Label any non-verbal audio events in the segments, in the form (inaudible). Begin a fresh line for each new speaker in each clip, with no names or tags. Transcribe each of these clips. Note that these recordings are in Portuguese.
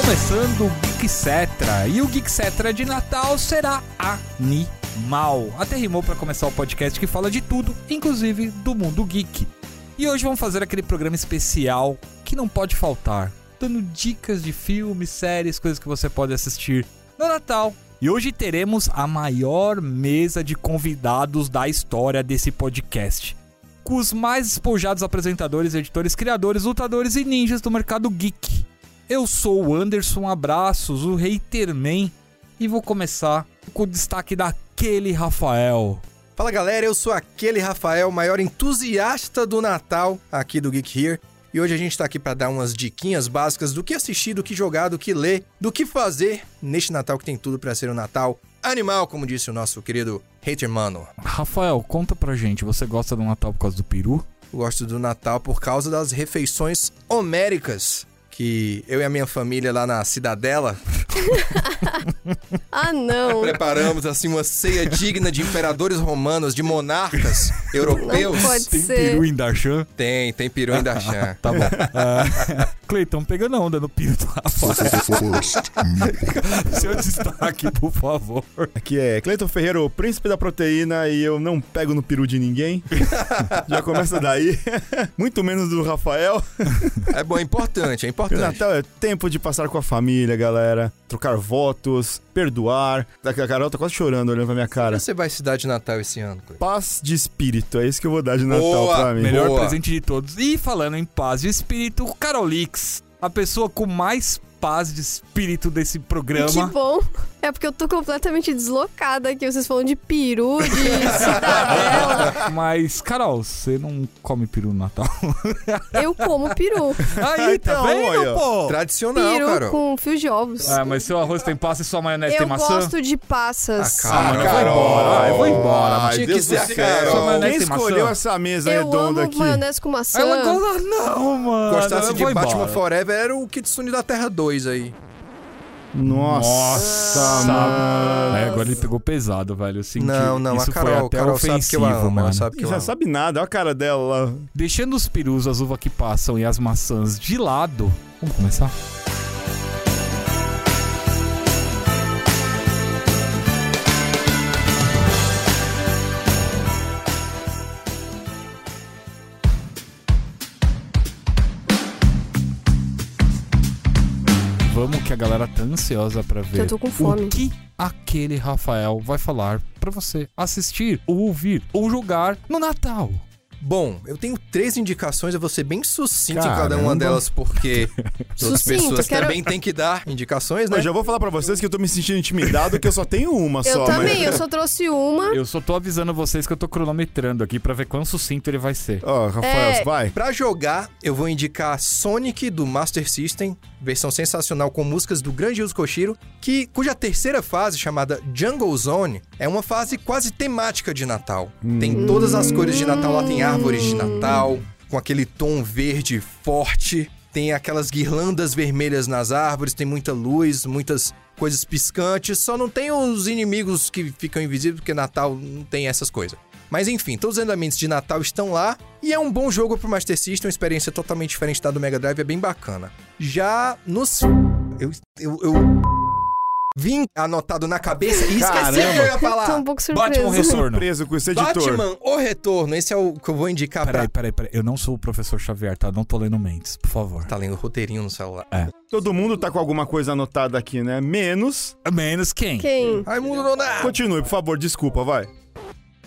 começando o Geek Cetra. E o Geek Cetra de Natal será animal. Até rimou para começar o podcast que fala de tudo, inclusive do mundo geek. E hoje vamos fazer aquele programa especial que não pode faltar, dando dicas de filmes, séries, coisas que você pode assistir no Natal. E hoje teremos a maior mesa de convidados da história desse podcast com os mais espojados apresentadores, editores, criadores, lutadores e ninjas do mercado geek. Eu sou o Anderson Abraços, o Haterman, e vou começar com o destaque daquele Rafael.
Fala galera, eu sou aquele Rafael, maior entusiasta do Natal aqui do Geek Here. E hoje a gente tá aqui para dar umas diquinhas básicas do que assistir, do que jogar, do que ler, do que fazer neste Natal que tem tudo para ser um Natal animal, como disse o nosso querido hater mano.
Rafael, conta pra gente, você gosta do Natal por causa do peru?
Gosto do Natal por causa das refeições homéricas que eu e a minha família lá na Cidadela
Ah, não.
preparamos assim uma ceia digna de imperadores romanos, de monarcas europeus.
Não pode.
Tem
Ser.
peru em Darchan?
Tem, tem peru em Dachan.
(laughs) Tá bom. Ah, Cleiton, pegando a onda no peru
(laughs)
do Rafael.
(laughs)
Seu destaque, por favor.
Aqui é Cleiton Ferreira, o príncipe da proteína, e eu não pego no peru de
(laughs)
ninguém. Já começa daí. (laughs) Muito menos do Rafael.
É bom, é importante, é
E o
importante.
Natal é tempo de passar com a família, galera. Trocar votos, perdoar. A Carol tá quase chorando olhando pra minha cara.
Você vai se dar de Natal esse ano, Cleiton?
Paz de espírito, é isso que eu vou dar de Natal
Boa,
pra mim.
Melhor
Boa.
presente de todos. E falando em paz de espírito, o Carolix, a pessoa com mais paz de espírito desse
Que
programa.
bom. É porque eu tô completamente deslocada aqui. Vocês falam de peru, de (laughs) cidadela.
Mas, Carol, você não come peru no Natal.
Eu como peru.
Aí, tá
Então,
vendo,
olha,
pô?
Tradicional,
Peru
cara.
com fios de ovos.
(laughs) Ah, mas seu arroz tem passa e sua maionese
eu
tem maçã?
gosto de passas.
Ah, cara.
eu vou embora, Ah, eu vou embora.
Ai,
Tinha que
Deus
ser
do
assim,
céu.
Carol.
Quem
Tem maçã?
escolheu essa mesa
eu amo
redonda aqui?
maionese com maçã.
Ela gosta... Não, mano.
Gostasse
eu
de
vou
Batman
embora.
Forever era o Kitsune da Terra 2 aí.
Nossa,
Nossa,
mano.
É, agora ele pegou pesado, velho. Eu senti
não, não,
isso
a Carol,
foi até
Carol
ofensivo,
sabe que eu amo,
mano.
ela sabe que eu
Já
amo.
sabe nada, olha a cara dela. lá.
Deixando os perus, as uvas que passam e as maçãs de lado, vamos começar? Vamos que a galera tá ansiosa pra ver
Eu tô com fome.
o que aquele Rafael vai falar pra você assistir, ou ouvir, ou jogar no Natal.
Bom, eu tenho três indicações, eu vou ser bem sucinto em cada uma
Caramba.
delas, (laughs) porque as
Sucinto,
pessoas
quero-
também têm que dar indicações, né?
Eu já vou falar pra vocês que eu tô me sentindo intimidado, que eu só tenho uma
Eu
só.
também,
mas-
eu só trouxe uma.
Eu só tô avisando vocês que eu tô cronometrando aqui pra ver quão sucinto ele vai ser.
Ó, Rafael,
É.
vai.
Pra jogar, eu vou indicar Sonic do Master System, versão sensacional com músicas do grande Yuzo Koshiro, que, cuja terceira fase, chamada Jungle Zone, é uma fase quase temática de Natal.
Hum.
Tem todas as cores de Natal, lá tem árvores de Natal, com aquele tom verde forte, tem aquelas guirlandas vermelhas nas árvores, tem muita luz, muitas coisas piscantes, só não tem os inimigos que ficam invisíveis, porque Natal não tem essas coisas. Mas enfim, todos os andamentos de Natal estão lá e é um bom jogo pro Master System, uma experiência totalmente diferente da do Mega Drive, é bem bacana. Já nos. Eu. Eu. eu... Vim anotado na cabeça e esqueci o que eu ia
Tô
falar.
um pouco
Bate um
surpresa.
ressorno.
Preso com esse editor.
Batman, o retorno. Esse é o que eu vou indicar pra.
Peraí, peraí, peraí. Eu não sou o professor Xavier, tá? Não tô lendo mentes, por favor. É.
Tá lendo o roteirinho no celular.
Todo mundo tá com alguma coisa anotada aqui, né? Menos.
Menos quem?
Quem?
Raimundo Nonato!
Continue, por favor, desculpa, vai.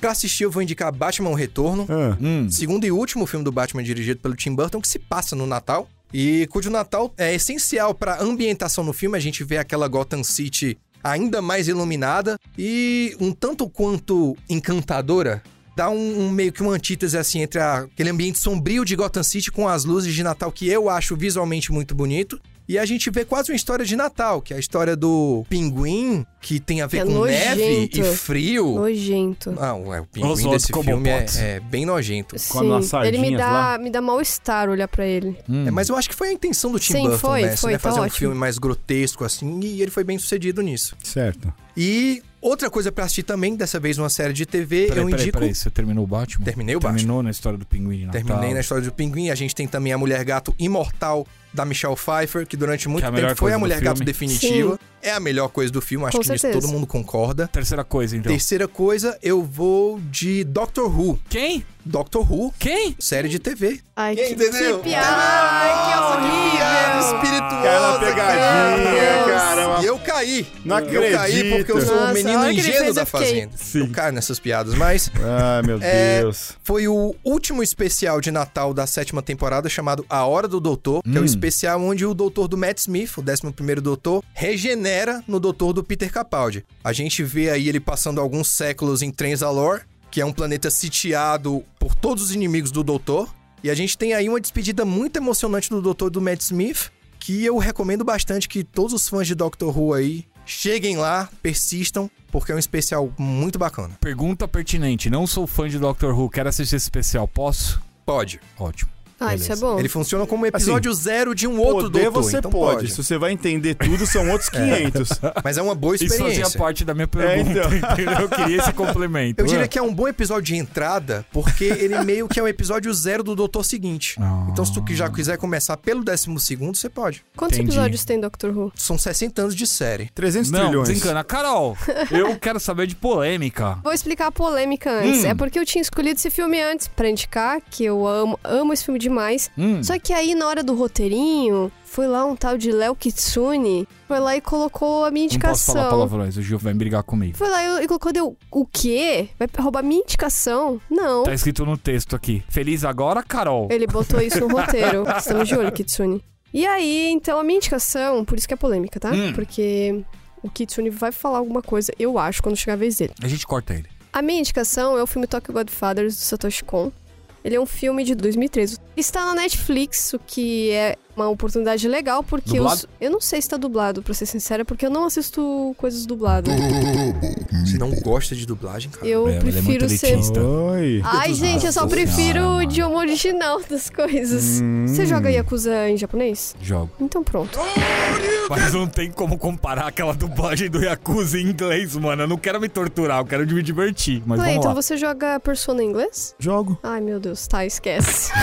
Pra assistir, eu vou indicar Batman o Retorno.
Ah.
Hum.
Segundo e último filme do Batman dirigido pelo Tim Burton, que se passa no Natal. E cujo Natal é essencial pra ambientação no filme. A gente vê aquela Gotham City ainda mais iluminada e um tanto quanto encantadora. Dá um, um meio que uma antítese assim entre a- aquele ambiente sombrio de Gotham City com as luzes de Natal que eu acho visualmente muito bonito. E a gente vê quase uma história de Natal, que é a história do pinguim, que tem a ver
É
com neve
nojento.
e frio.
Nojento.
Não, é, o pinguim
Oswald
desse filme é,
Cobblepot.
é bem nojento.
Sim.
as
Ele me
sardinhas
dá,
lá.
me dá mal-estar olhar pra ele.
hum.
É, mas eu acho que foi a intenção do Tim
Sim,
Burton
foi,
nessa,
foi,
né?
tá
Fazer um
ótimo.
filme mais grotesco assim, e ele foi bem sucedido nisso.
Certo.
E Outra coisa pra assistir também, dessa vez uma série de TV,
Peraí,
eu
peraí,
indico.
peraí, você terminou o Batman?
Terminei o Batman.
Terminou na história do Pinguim de Natal?
Terminei na história do Pinguim. A gente tem também a Mulher Gato Imortal da Michelle Pfeiffer, que durante muito
é a melhor
tempo foi
coisa
a
do
Mulher Gato
filme.
definitiva.
Sim.
É a melhor coisa do filme, acho
Com
que nisso
certeza.
todo mundo concorda.
Terceira coisa, então.
Terceira coisa, eu vou de Doctor Who.
Quem?
Doctor Who,
Quem?
série de TV.
Ai, que,
Entendeu? Ah,
que piada! Ai, que
Piada
horrível!
espirituosa,
Aquela
Meu
pegadinha,
Deus.
cara. uma-
E eu caí.
Não
Eu caí
acredito.
porque eu sou
Nossa,
um
a
menino
hora que ele
ingênuo
fez,
da
eu fiquei-
fazenda. Eu caio nessas piadas, mas
Ai, meu
É.
Deus.
foi o último especial de Natal da sétima temporada chamado A Hora do Doutor, que é o especial onde o doutor do Matt Smith, o 11º doutor, regenera no doutor do Peter Capaldi. A gente vê aí ele passando alguns séculos em Trenzalore, que é um planeta sitiado por todos os inimigos do doutor, e a gente tem aí uma despedida muito emocionante do doutor do Matt Smith, que eu recomendo bastante que todos os fãs de Doctor Who aí cheguem lá, persistam, porque é um especial muito bacana.
Pergunta pertinente. Não sou fã de Doctor Who. Quero assistir esse especial. Posso?
Pode.
Ótimo.
Ah, isso é
Beleza.
bom.
Ele funciona
Assim,
como um episódio zero de um outro
Poder
doutor.
você
então
pode.
pode.
Se você vai entender tudo, são
(laughs)
outros 500.
Mas é uma boa
Isso fazia
experiência.
parte da minha
É,
pergunta,
então.
(laughs) entendeu? Eu queria
(laughs)
esse complemento.
Eu diria que é um bom episódio de entrada, porque
(laughs)
ele meio que é um episódio zero do doutor seguinte.
Ah.
Então, se tu que já quiser começar pelo décimo segundo, você pode.
Quantos
Entendi.
episódios tem Doctor Who?
São 60 anos de série.
300
Não,
trilhões.
(laughs)
desencana. Carol, eu quero saber de polêmica.
Vou explicar a polêmica antes.
Hum.
É porque eu tinha escolhido esse filme antes pra indicar, que eu amo, amo esse filme demais.
Hum.
Só que aí, na hora do roteirinho, foi lá um tal de Léo Kitsune, foi lá e colocou a minha
Não posso falar
indicação.
palavrões. O Gil vai brigar comigo.
Foi lá e colocou, deu o quê? Vai roubar minha indicação? Não.
Tá escrito no texto aqui. Feliz agora, Carol?
Ele botou isso no
(laughs)
roteiro. Estamos de olho, Kitsune. E aí, então, a minha indicação, por isso que é polêmica, tá?
Hum.
Porque o Kitsune vai falar alguma coisa, eu acho, quando chegar a vez dele.
A gente corta ele.
A minha indicação é o filme Tokyo Godfathers, do Satoshi Kon. Ele é um filme de 2013. Está na Netflix, o que é uma oportunidade legal, porque
Dublado?
os... Eu não sei se tá dublado, pra ser sincera, porque eu não assisto coisas dubladas.
Você não gosta de dublagem, cara?
Eu
É, ele é muito
prefiro ser...
elitista.
Oi.
Ai, gente, eu só
Nossa
prefiro
senhora,
o
mano.
idioma original (laughs) das coisas. Você
Hum.
joga Yakuza em japonês?
Jogo.
Então pronto.
Mas não tem como comparar aquela dublagem do Yakuza em inglês, mano. Eu não quero me torturar, eu quero me divertir. Mas
Ué,
vamos
então
lá.
você joga Persona em inglês?
Jogo.
Ai, meu Deus, tá, esquece. (laughs)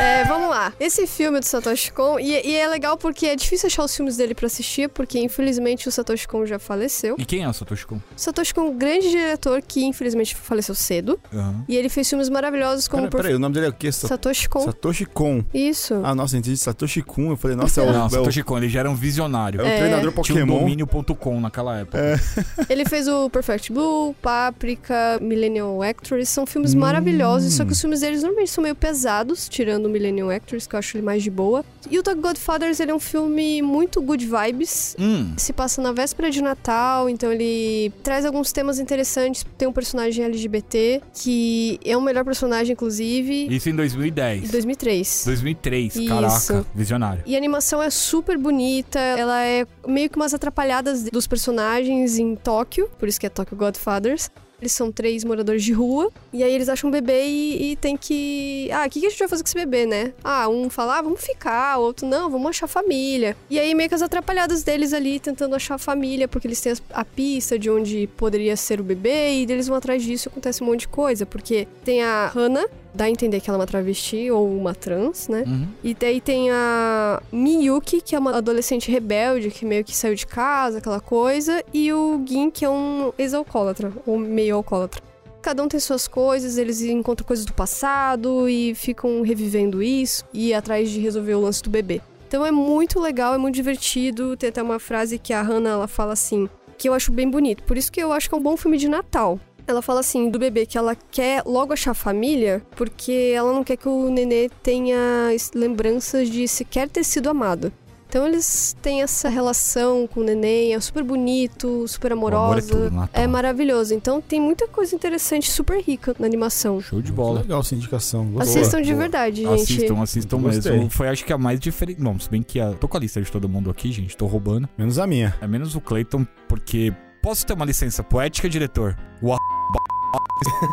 É, vamos lá. Esse filme do Satoshi Kon, e, e é legal porque é difícil achar os filmes dele pra assistir, porque infelizmente o Satoshi Kon já faleceu.
E quem é o Satoshi Kon?
O Satoshi Kon é um grande diretor que infelizmente faleceu cedo,
Aham.
e ele fez filmes maravilhosos como
Ah. Pera, peraí, o nome dele é o quê?
Perf-
Sa-
Satoshi Kon.
Satoshi Kon.
Isso.
Ah, nossa, entendi. Satoshi Kun. Eu falei, nossa, é o,
Não,
é o,
Satoshi Kon, ele já era um
é
visionário.
o treinador
Tinha um
Pokémon.
domínio.com naquela época.
É.
Ele fez o Perfect Blue, Paprika, Millennium Actress. São filmes maravilhosos, só que os filmes deles normalmente são meio pesados, tirando o Millennium Actress, que eu acho ele mais de boa. E o Talk Godfathers, ele é um filme muito good vibes.
Hum.
Se passa na véspera de Natal, então ele traz alguns temas interessantes. Tem um personagem LGBT, que é o melhor personagem, inclusive,
Isso em
de
2010.
2003.
2003,
Isso.
caraca. Visionário.
E a animação é super bonita, ela é meio que umas atrapalhadas dos personagens em Tóquio, por isso que é Tóquio Godfathers. Eles são três moradores de rua, e aí eles acham um bebê e, e tem que. Ah, o que, que a gente vai fazer com esse bebê, né? Ah, um fala, ah, vamos ficar, o outro, não, vamos achar família. E aí meio que as atrapalhadas deles ali tentando achar família, porque eles têm as- a pista de onde poderia ser o bebê, e eles vão atrás disso e acontece um monte de coisa, porque tem a Hannah, dá a entender que ela é uma travesti ou uma trans, né?
(laughs) Uhum.
E daí tem a Miyuki, que é uma adolescente rebelde, que meio que saiu de casa, aquela coisa, e o Gin, que é um ex-alcoólatra, ou meio alcoólatra. Cada um tem suas coisas, eles encontram coisas do passado e ficam revivendo isso e atrás de resolver o lance do bebê. Então é muito legal, é muito divertido. Tem até uma frase que a Hannah ela fala assim, que eu acho bem bonito. Por isso que eu acho que é um bom filme de Natal. Ela fala assim do bebê que ela quer logo achar família, porque ela não quer que o nenê tenha es- lembranças de sequer ter sido amado. Então eles têm essa relação com o neném, é super bonito, super
O amor é
amorosa.
tudo, Natal.
É maravilhoso. Então tem muita coisa interessante, super rica na animação.
Show de bola.
Legal essa indicação. Gostei.
Assistam de verdade, gente.
Assistam, assistam
Eu gostei.
mesmo. Foi acho que a mais diferente. Bom, se bem que a... tô com a lista de todo mundo aqui, gente, tô roubando.
Menos a minha.
É menos o Clayton, porque. Posso ter uma licença poética, diretor? O a- (laughs)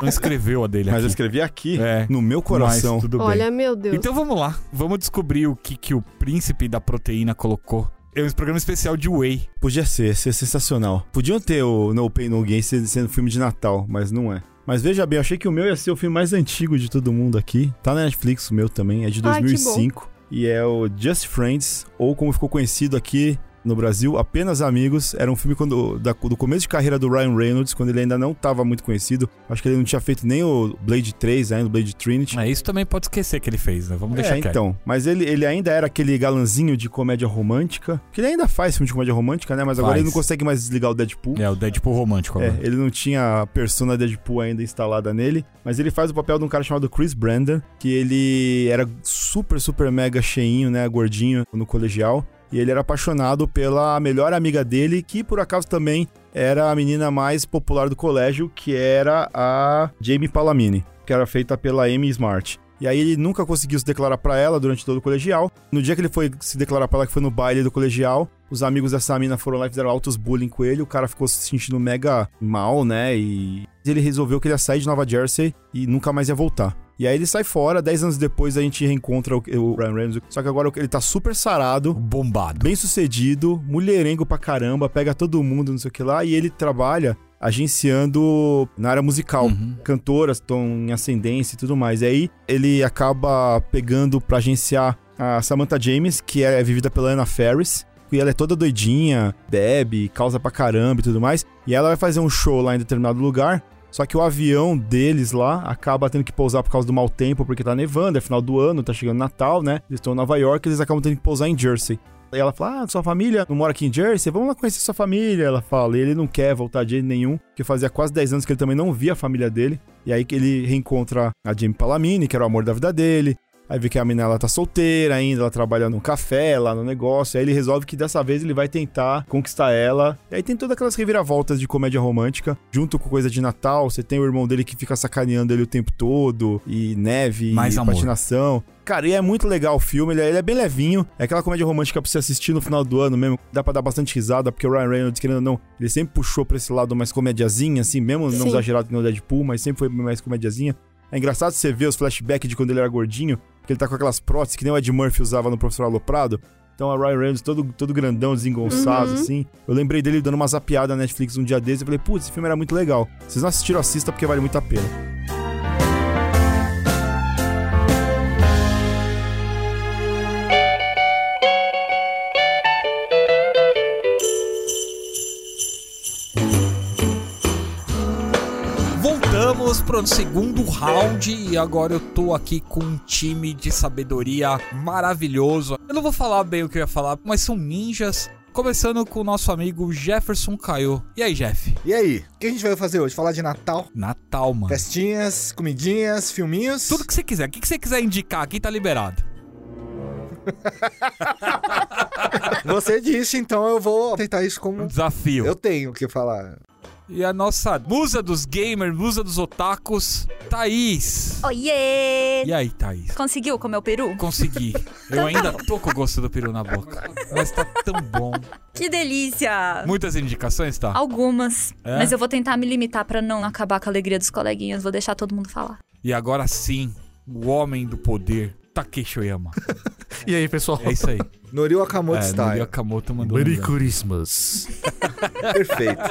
não escreveu a dele
Mas eu
aqui.
escrevi aqui,
É,
no meu coração.
mas tudo bem.
Olha, meu Deus.
Então vamos lá, vamos descobrir o que, que o príncipe da proteína colocou É um programa especial de Whey.
Podia ser, ser sensacional. Podiam ter o No Pain No Gain sendo sendo filme de Natal, mas não é. Mas veja bem, eu achei que o meu ia ser o filme mais antigo de todo mundo aqui. Tá na Netflix o meu também, é de
Ai, que bom.
2005. e é o Just Friends, ou como ficou conhecido aqui no Brasil, Apenas Amigos. Era um filme quando, da- do começo de carreira do Ryan Reynolds, quando ele ainda não tava muito conhecido. Acho que ele não tinha feito nem o Blade 3 ainda, o Blade Trinity.
Mas isso também pode esquecer que ele fez, né? Vamos deixar
É,
quieto.
então. Mas ele, ele ainda era aquele galanzinho de comédia romântica. Que ele ainda faz filme de comédia romântica, né? Mas agora
Faz.
ele não consegue mais desligar o Deadpool.
É, o Deadpool romântico
É,
agora.
ele não tinha a persona Deadpool ainda instalada nele, mas ele faz o papel de um cara chamado Chris Brandon, que ele era super, super mega cheinho, né, gordinho no colegial, e ele era apaixonado pela melhor amiga dele, que por acaso também era a menina mais popular do colégio, que era a Jamie Palamini, que era feita pela Amy Smart. E aí ele nunca conseguiu se declarar pra ela durante todo o colegial. No dia que ele foi se declarar pra ela, que foi no baile do colegial, os amigos dessa mina foram lá e fizeram altos bullying com ele. O cara ficou se sentindo mega mal, né? E ele resolveu que ele ia sair de Nova Jersey e nunca mais ia voltar. E aí ele sai fora, 10 anos depois a gente reencontra o, o Ryan Reynolds. Só que agora ele tá super sarado,
Bombado.
bem sucedido, mulherengo pra caramba, pega todo mundo, não sei o que lá, e ele trabalha agenciando na área musical. Cantoras estão em ascendência e tudo mais. E aí ele acaba pegando pra agenciar a Samantha James, que é vivida pela Anna Ferris. E ela é toda doidinha, bebe, causa pra caramba e tudo mais. E ela vai fazer um show lá em determinado lugar. Só que o avião deles lá acaba tendo que pousar por causa do mau tempo, porque tá nevando, é final do ano, tá chegando Natal, né? Eles estão em Nova York, eles acabam tendo que pousar em Jersey. E ela fala: Ah, sua família não mora aqui em Jersey? Vamos lá conhecer sua família. Ela fala: e ele não quer voltar de jeito nenhum, porque fazia quase 10 anos que ele também não via a família dele. E aí que ele reencontra a Jamie Palamini, que era o amor da vida dele. Aí vê que a mina ela tá solteira ainda, ela trabalha num café lá no negócio. Aí ele resolve que dessa vez ele vai tentar conquistar ela. E aí tem todas aquelas reviravoltas de comédia romântica, junto com coisa de Natal. Você tem o irmão dele que fica sacaneando ele o tempo todo, e neve,
Mais
e
amor.
patinação. Cara, e é muito legal o filme, ele é, ele é bem levinho. É aquela comédia romântica pra você assistir no final do ano mesmo. Dá pra dar bastante risada, porque o Ryan Reynolds, querendo ou não, ele sempre puxou pra esse lado mais comediazinha, assim, mesmo não
Sim.
exagerado que no Deadpool, mas sempre foi mais comediazinha. É engraçado você ver os flashbacks de quando ele era gordinho, que ele tá com aquelas próteses que nem o Ed Murphy usava no Professor Aloprado. Então a Ryan Reynolds todo, todo grandão, desengonçado,
Uhum.
assim. Eu lembrei dele dando uma zapiada na Netflix um dia desses e falei, putz, esse filme era muito legal. Se vocês não assistiram, assista porque vale muito a pena.
Voltamos pro segundo round e agora eu tô aqui com um time de sabedoria maravilhoso. Eu não vou falar bem o que eu ia falar, mas são ninjas. Começando com o nosso amigo Jefferson Caio. E aí, Jeff?
E aí? O que a gente vai fazer hoje? Falar de Natal?
Natal, mano.
Festinhas, comidinhas,
(laughs)
filminhos?
Tudo que você quiser. O que que você quiser indicar aqui tá liberado.
Você disse, então eu vou aceitar isso
Um
como
desafio.
eu tenho que falar.
E a nossa musa dos gamers, musa dos otakus, Thaís.
Oiê!
E aí, Thaís?
Conseguiu comer o peru?
Consegui. Eu ainda tô com o gosto do peru na boca. Mas tá tão bom.
Que delícia!
Muitas indicações, tá?
Algumas,
É?
mas eu vou tentar me limitar pra não acabar com a alegria dos coleguinhas, vou deixar todo mundo falar.
E agora sim, o homem do poder, Takeshoyama.
(laughs) E aí, pessoal?
É isso aí.
Norio Akamoto
é,
Style.
Nuri Akamoto mandou.
Merry
mandar.
Christmas.
(laughs)
Perfeito.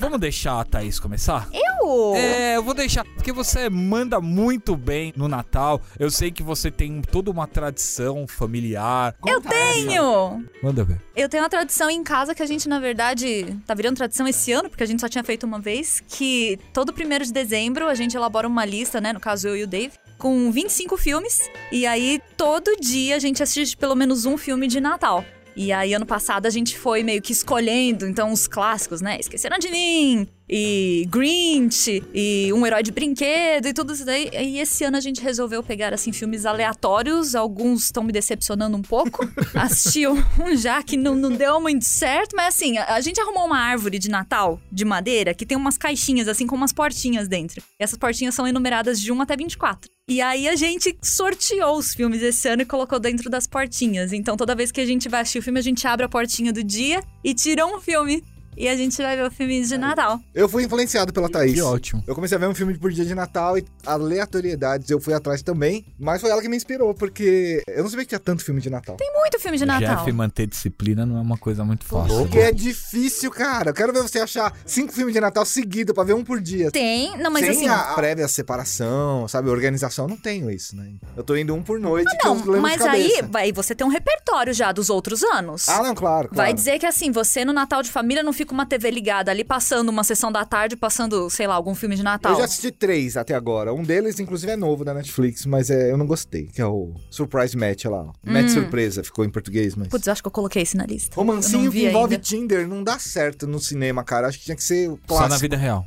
Vamos deixar a Thaís começar?
Eu!
É, eu vou deixar, porque você manda muito bem no Natal. Eu sei que você tem toda uma tradição familiar.
Eu tenho!
Manda ver.
Eu tenho uma tradição em casa que a gente, na verdade, tá virando tradição esse ano, porque a gente só tinha feito uma vez, que todo primeiro de dezembro a gente elabora uma lista, né? No caso, eu e o Dave, com 25 filmes. E aí, todo dia a gente assiste pelo menos um filme de Natal. E aí, ano passado, a gente foi meio que escolhendo, então, os clássicos, né? Esqueceram de mim, e Grinch, e Um Herói de Brinquedo, e tudo isso daí. E esse ano a gente resolveu pegar, assim, filmes aleatórios. Alguns estão me decepcionando um
(laughs)
pouco. Assisti um já que não, não deu muito certo, mas assim, a, a gente arrumou uma árvore de Natal, de madeira, que tem umas caixinhas, assim, com umas portinhas dentro. E essas portinhas são enumeradas de 1 até 24. E aí a gente sorteou os filmes esse ano e colocou dentro das portinhas. Então toda vez que a gente vai assistir o filme, a gente abre a portinha do dia e tira um filme. e a gente vai ver o filme de Natal.
Eu fui influenciado pela Thaís.
Que ótimo.
Eu comecei a ver um filme por dia de Natal e aleatoriedades eu fui atrás também, mas foi ela que me inspirou, porque eu não sabia que tinha tanto filme de Natal.
Tem muito filme de Natal.
Jeff manter disciplina não é uma coisa muito fácil.
Porque é difícil, cara. Eu quero ver você achar cinco filmes de Natal seguidos pra ver um por dia.
Tem, não, mas
Sem
assim.
a a prévia separação, sabe? Organização, eu não tenho isso, né? Eu tô indo um por noite. que eu
Ah,
lembro
Não,
de
mas aí
cabeça.
vai, você tem um repertório já dos outros anos.
Ah, não, claro, claro.
Vai dizer que assim, você no Natal de família não fica uma TV ligada ali passando uma sessão da tarde, passando, sei lá, algum filme de Natal.
Eu já assisti três até agora. Um deles, inclusive, é novo da Netflix, mas é, eu não gostei, que é o Surprise Match lá. ó. Match Surpresa, ficou em português, mas.
Putz, eu acho que eu coloquei esse na lista. Hum. Eu não
Romancinho
vi
que envolve
ainda.
Tinder não dá certo no cinema, cara. Acho que tinha que ser
Só na
clássico.
vida real.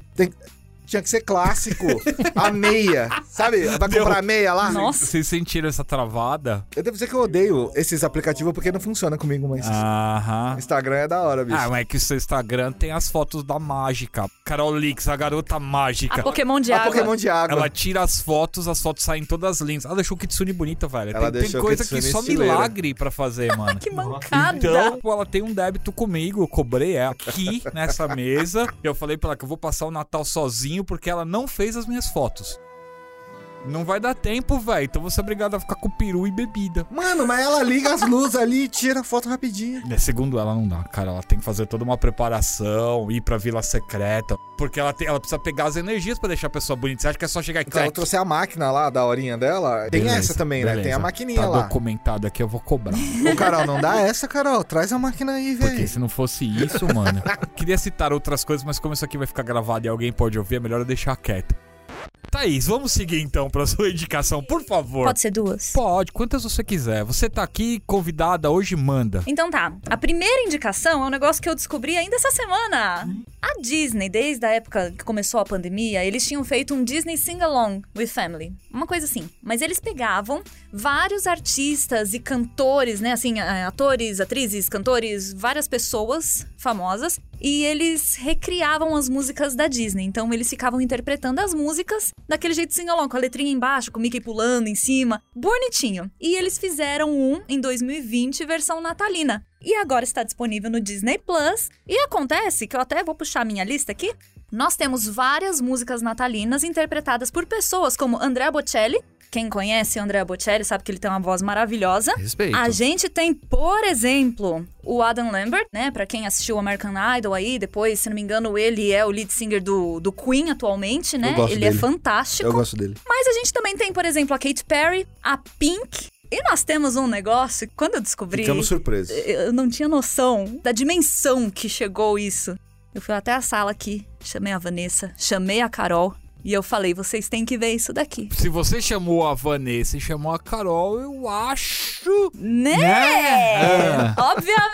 Tinha que ser
(laughs)
clássico. a meia. Sabe? Vai comprar a meia lá?
Nossa.
Vocês sentiram essa travada?
Eu devo dizer que eu odeio esses aplicativos porque não funciona comigo, mas.
Aham.
Instagram é da hora, bicho.
Ah, mas é que o seu Instagram tem as fotos da mágica. Carol Lix, a garota mágica.
A Pokémon de
a
água.
Pokémon de água.
Ela tira as fotos, as fotos saem todas lindas. Ela deixou o Kitsune bonita, velho.
Ela
tem, tem
deixou o
coisa que
Kitsune
só
estileira.
milagre pra fazer, mano.
Que mancada.
Então, pô, ela tem um débito comigo, eu cobrei ela aqui nessa mesa. E eu falei pra ela que eu vou passar o Natal sozinho porque ela não fez as minhas fotos. Não vai dar tempo, velho. Então você é obrigado a ficar com peru e bebida.
Mano, mas ela liga as luzes ali e tira a foto rapidinho.
É, Segundo ela, não dá, cara. Ela tem que fazer toda uma preparação, ir pra vila secreta. Porque ela, tem- ela precisa pegar as energias pra deixar a pessoa bonita. Você acha que é só chegar aqui?
Então, ela trouxe a máquina lá, da horinha dela. Tem essa também, né? Tem a maquininha
tá
lá.
documentado aqui, eu vou cobrar.
Ô, Carol, não
(laughs)
dá essa, Carol. Traz a máquina aí,
Porque
velho.
se não fosse isso, mano. Queria citar outras coisas, mas como isso aqui vai ficar gravado e alguém pode ouvir, é melhor eu deixar quieto. Thaís, vamos seguir então pra (laughs) sua indicação, por favor.
Pode ser duas?
Pode, quantas você quiser. Você tá aqui convidada hoje, manda.
Então tá, a primeira indicação é um negócio que eu descobri ainda essa semana. A Disney, desde a época que começou a pandemia, eles tinham feito um Disney Sing Along with Family. Uma coisa assim. Mas eles pegavam vários artistas e cantores, né? Assim, eh, atores, atrizes, cantores, várias pessoas famosas. E eles recriavam as músicas da Disney. Então eles ficavam interpretando as músicas daquele jeito sing along, com a letrinha embaixo, com o Mickey pulando em cima. Bonitinho. E eles fizeram um em 2020, versão natalina. E agora está disponível no Disney Plus. E acontece que eu até vou puxar minha lista aqui. Nós temos várias músicas natalinas interpretadas por pessoas como Andrea Bocelli. Quem conhece o Andrea Bocelli sabe que ele tem uma voz maravilhosa.
Respeito.
A gente tem, por exemplo, o Adam Lambert, né? Pra quem assistiu American Idol aí, depois, se não me engano, ele é o lead singer do, do Queen atualmente, né?
Eu gosto
ele é
dele.
fantástico.
Eu gosto dele.
Mas a gente também tem, por exemplo, a Katy Perry, a Pink. E nós temos um negócio, que quando eu descobri,
Ficamos surpresos.
eu não tinha noção da dimensão que chegou isso. Eu fui até a sala aqui, chamei a Vanessa, chamei a Carol e eu falei: vocês têm que ver isso daqui.
Se você chamou a Vanessa e chamou a Carol, eu acho.
Né?
É.
Né?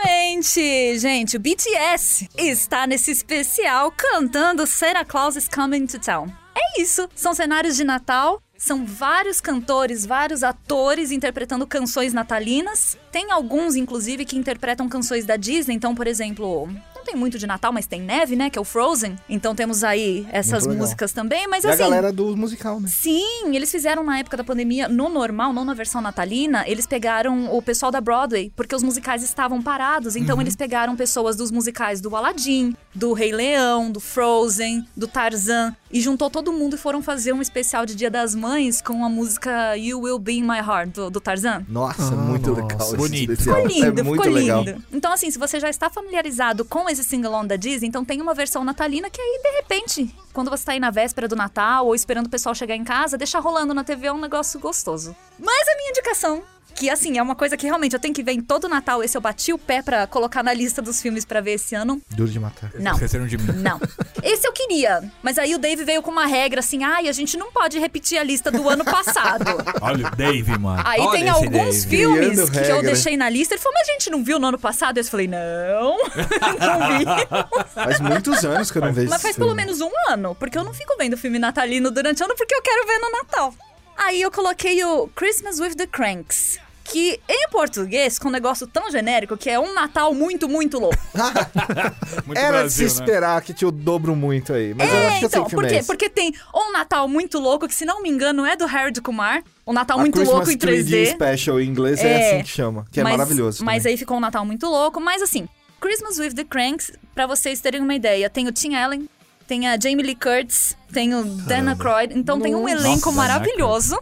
Obviamente, gente, o BTS está nesse especial cantando Santa Claus is Coming to Town. É isso, são cenários de Natal, são vários cantores, vários atores interpretando canções natalinas. Tem alguns, inclusive, que interpretam canções da Disney, então, por exemplo. Não tem muito de Natal, mas tem neve, né? Que é o Frozen. Então temos aí essas
Muito legal.
músicas também. Mas
E a
assim.
galera do musical, né?
Sim, eles fizeram na época da pandemia, no normal, não na versão natalina, eles pegaram o pessoal da Broadway, porque os musicais estavam parados. Então
Uhum.
eles pegaram pessoas dos musicais do Aladdin, do Rei Leão, do Frozen, do Tarzan, e juntou todo mundo e foram fazer um especial de Dia das Mães com a música You Will Be in My Heart, do, do Tarzan.
Ah,
Nossa, muito legal. esse
bonito.
especial.
Ficou lindo,
é muito
ficou
legal.
lindo. Então, assim, se você já está familiarizado com esse singalong da Disney, então tem uma versão natalina que aí, de repente, quando você tá aí na véspera do Natal ou esperando o pessoal chegar em casa, deixar rolando na TV é um negócio gostoso. Mas a minha indicação, que assim, é uma coisa que realmente eu tenho que ver em todo Natal, esse eu bati o pé pra colocar na lista dos filmes pra ver esse ano.
Duro de matar.
Não.
Esqueceram de mim.
(laughs)
Não. Esse eu queria. Mas aí o Dave veio com uma regra assim: ai, a gente não pode repetir a lista do ano
(laughs)
passado.
Olha o Dave, mano.
Aí
Olha
tem
esse
alguns
Dave.
filmes
Criando
que eu
regra. né?
deixei na lista. Ele falou, mas a gente não viu no ano passado? Eu falei, não, (laughs) não vi.
Faz muitos anos que eu não vejo
Mas
esse
faz
filme.
pelo menos um ano, porque eu não fico vendo filme natalino durante o ano porque eu quero ver no Natal. Aí eu coloquei o Christmas with the Cranks. Que em português, com um negócio tão genérico que é um Natal muito, muito
(laughs)
louco.
Ah,
Muito
Era
Brasil,
de se
né?
esperar que tinha o dobro muito aí. Mas eu
é,
acho que eu sei
então,
que
por
filme é
quê?
esse.
Porque tem um Natal muito louco, que se não me engano é do Harold Kumar. Um Natal
A
muito
Christmas
louco em 3D.
3D Special em inglês é,
É.
assim que chama, que é maravilhoso.
Mas
também.
aí ficou um Natal muito louco. Mas assim, Christmas with the Cranks, pra vocês terem uma ideia, tem o Tim Allen, tem a Jamie Lee Curtis, tem o Dan Aykroyd, então tem um elenco
Nossa,
maravilhoso.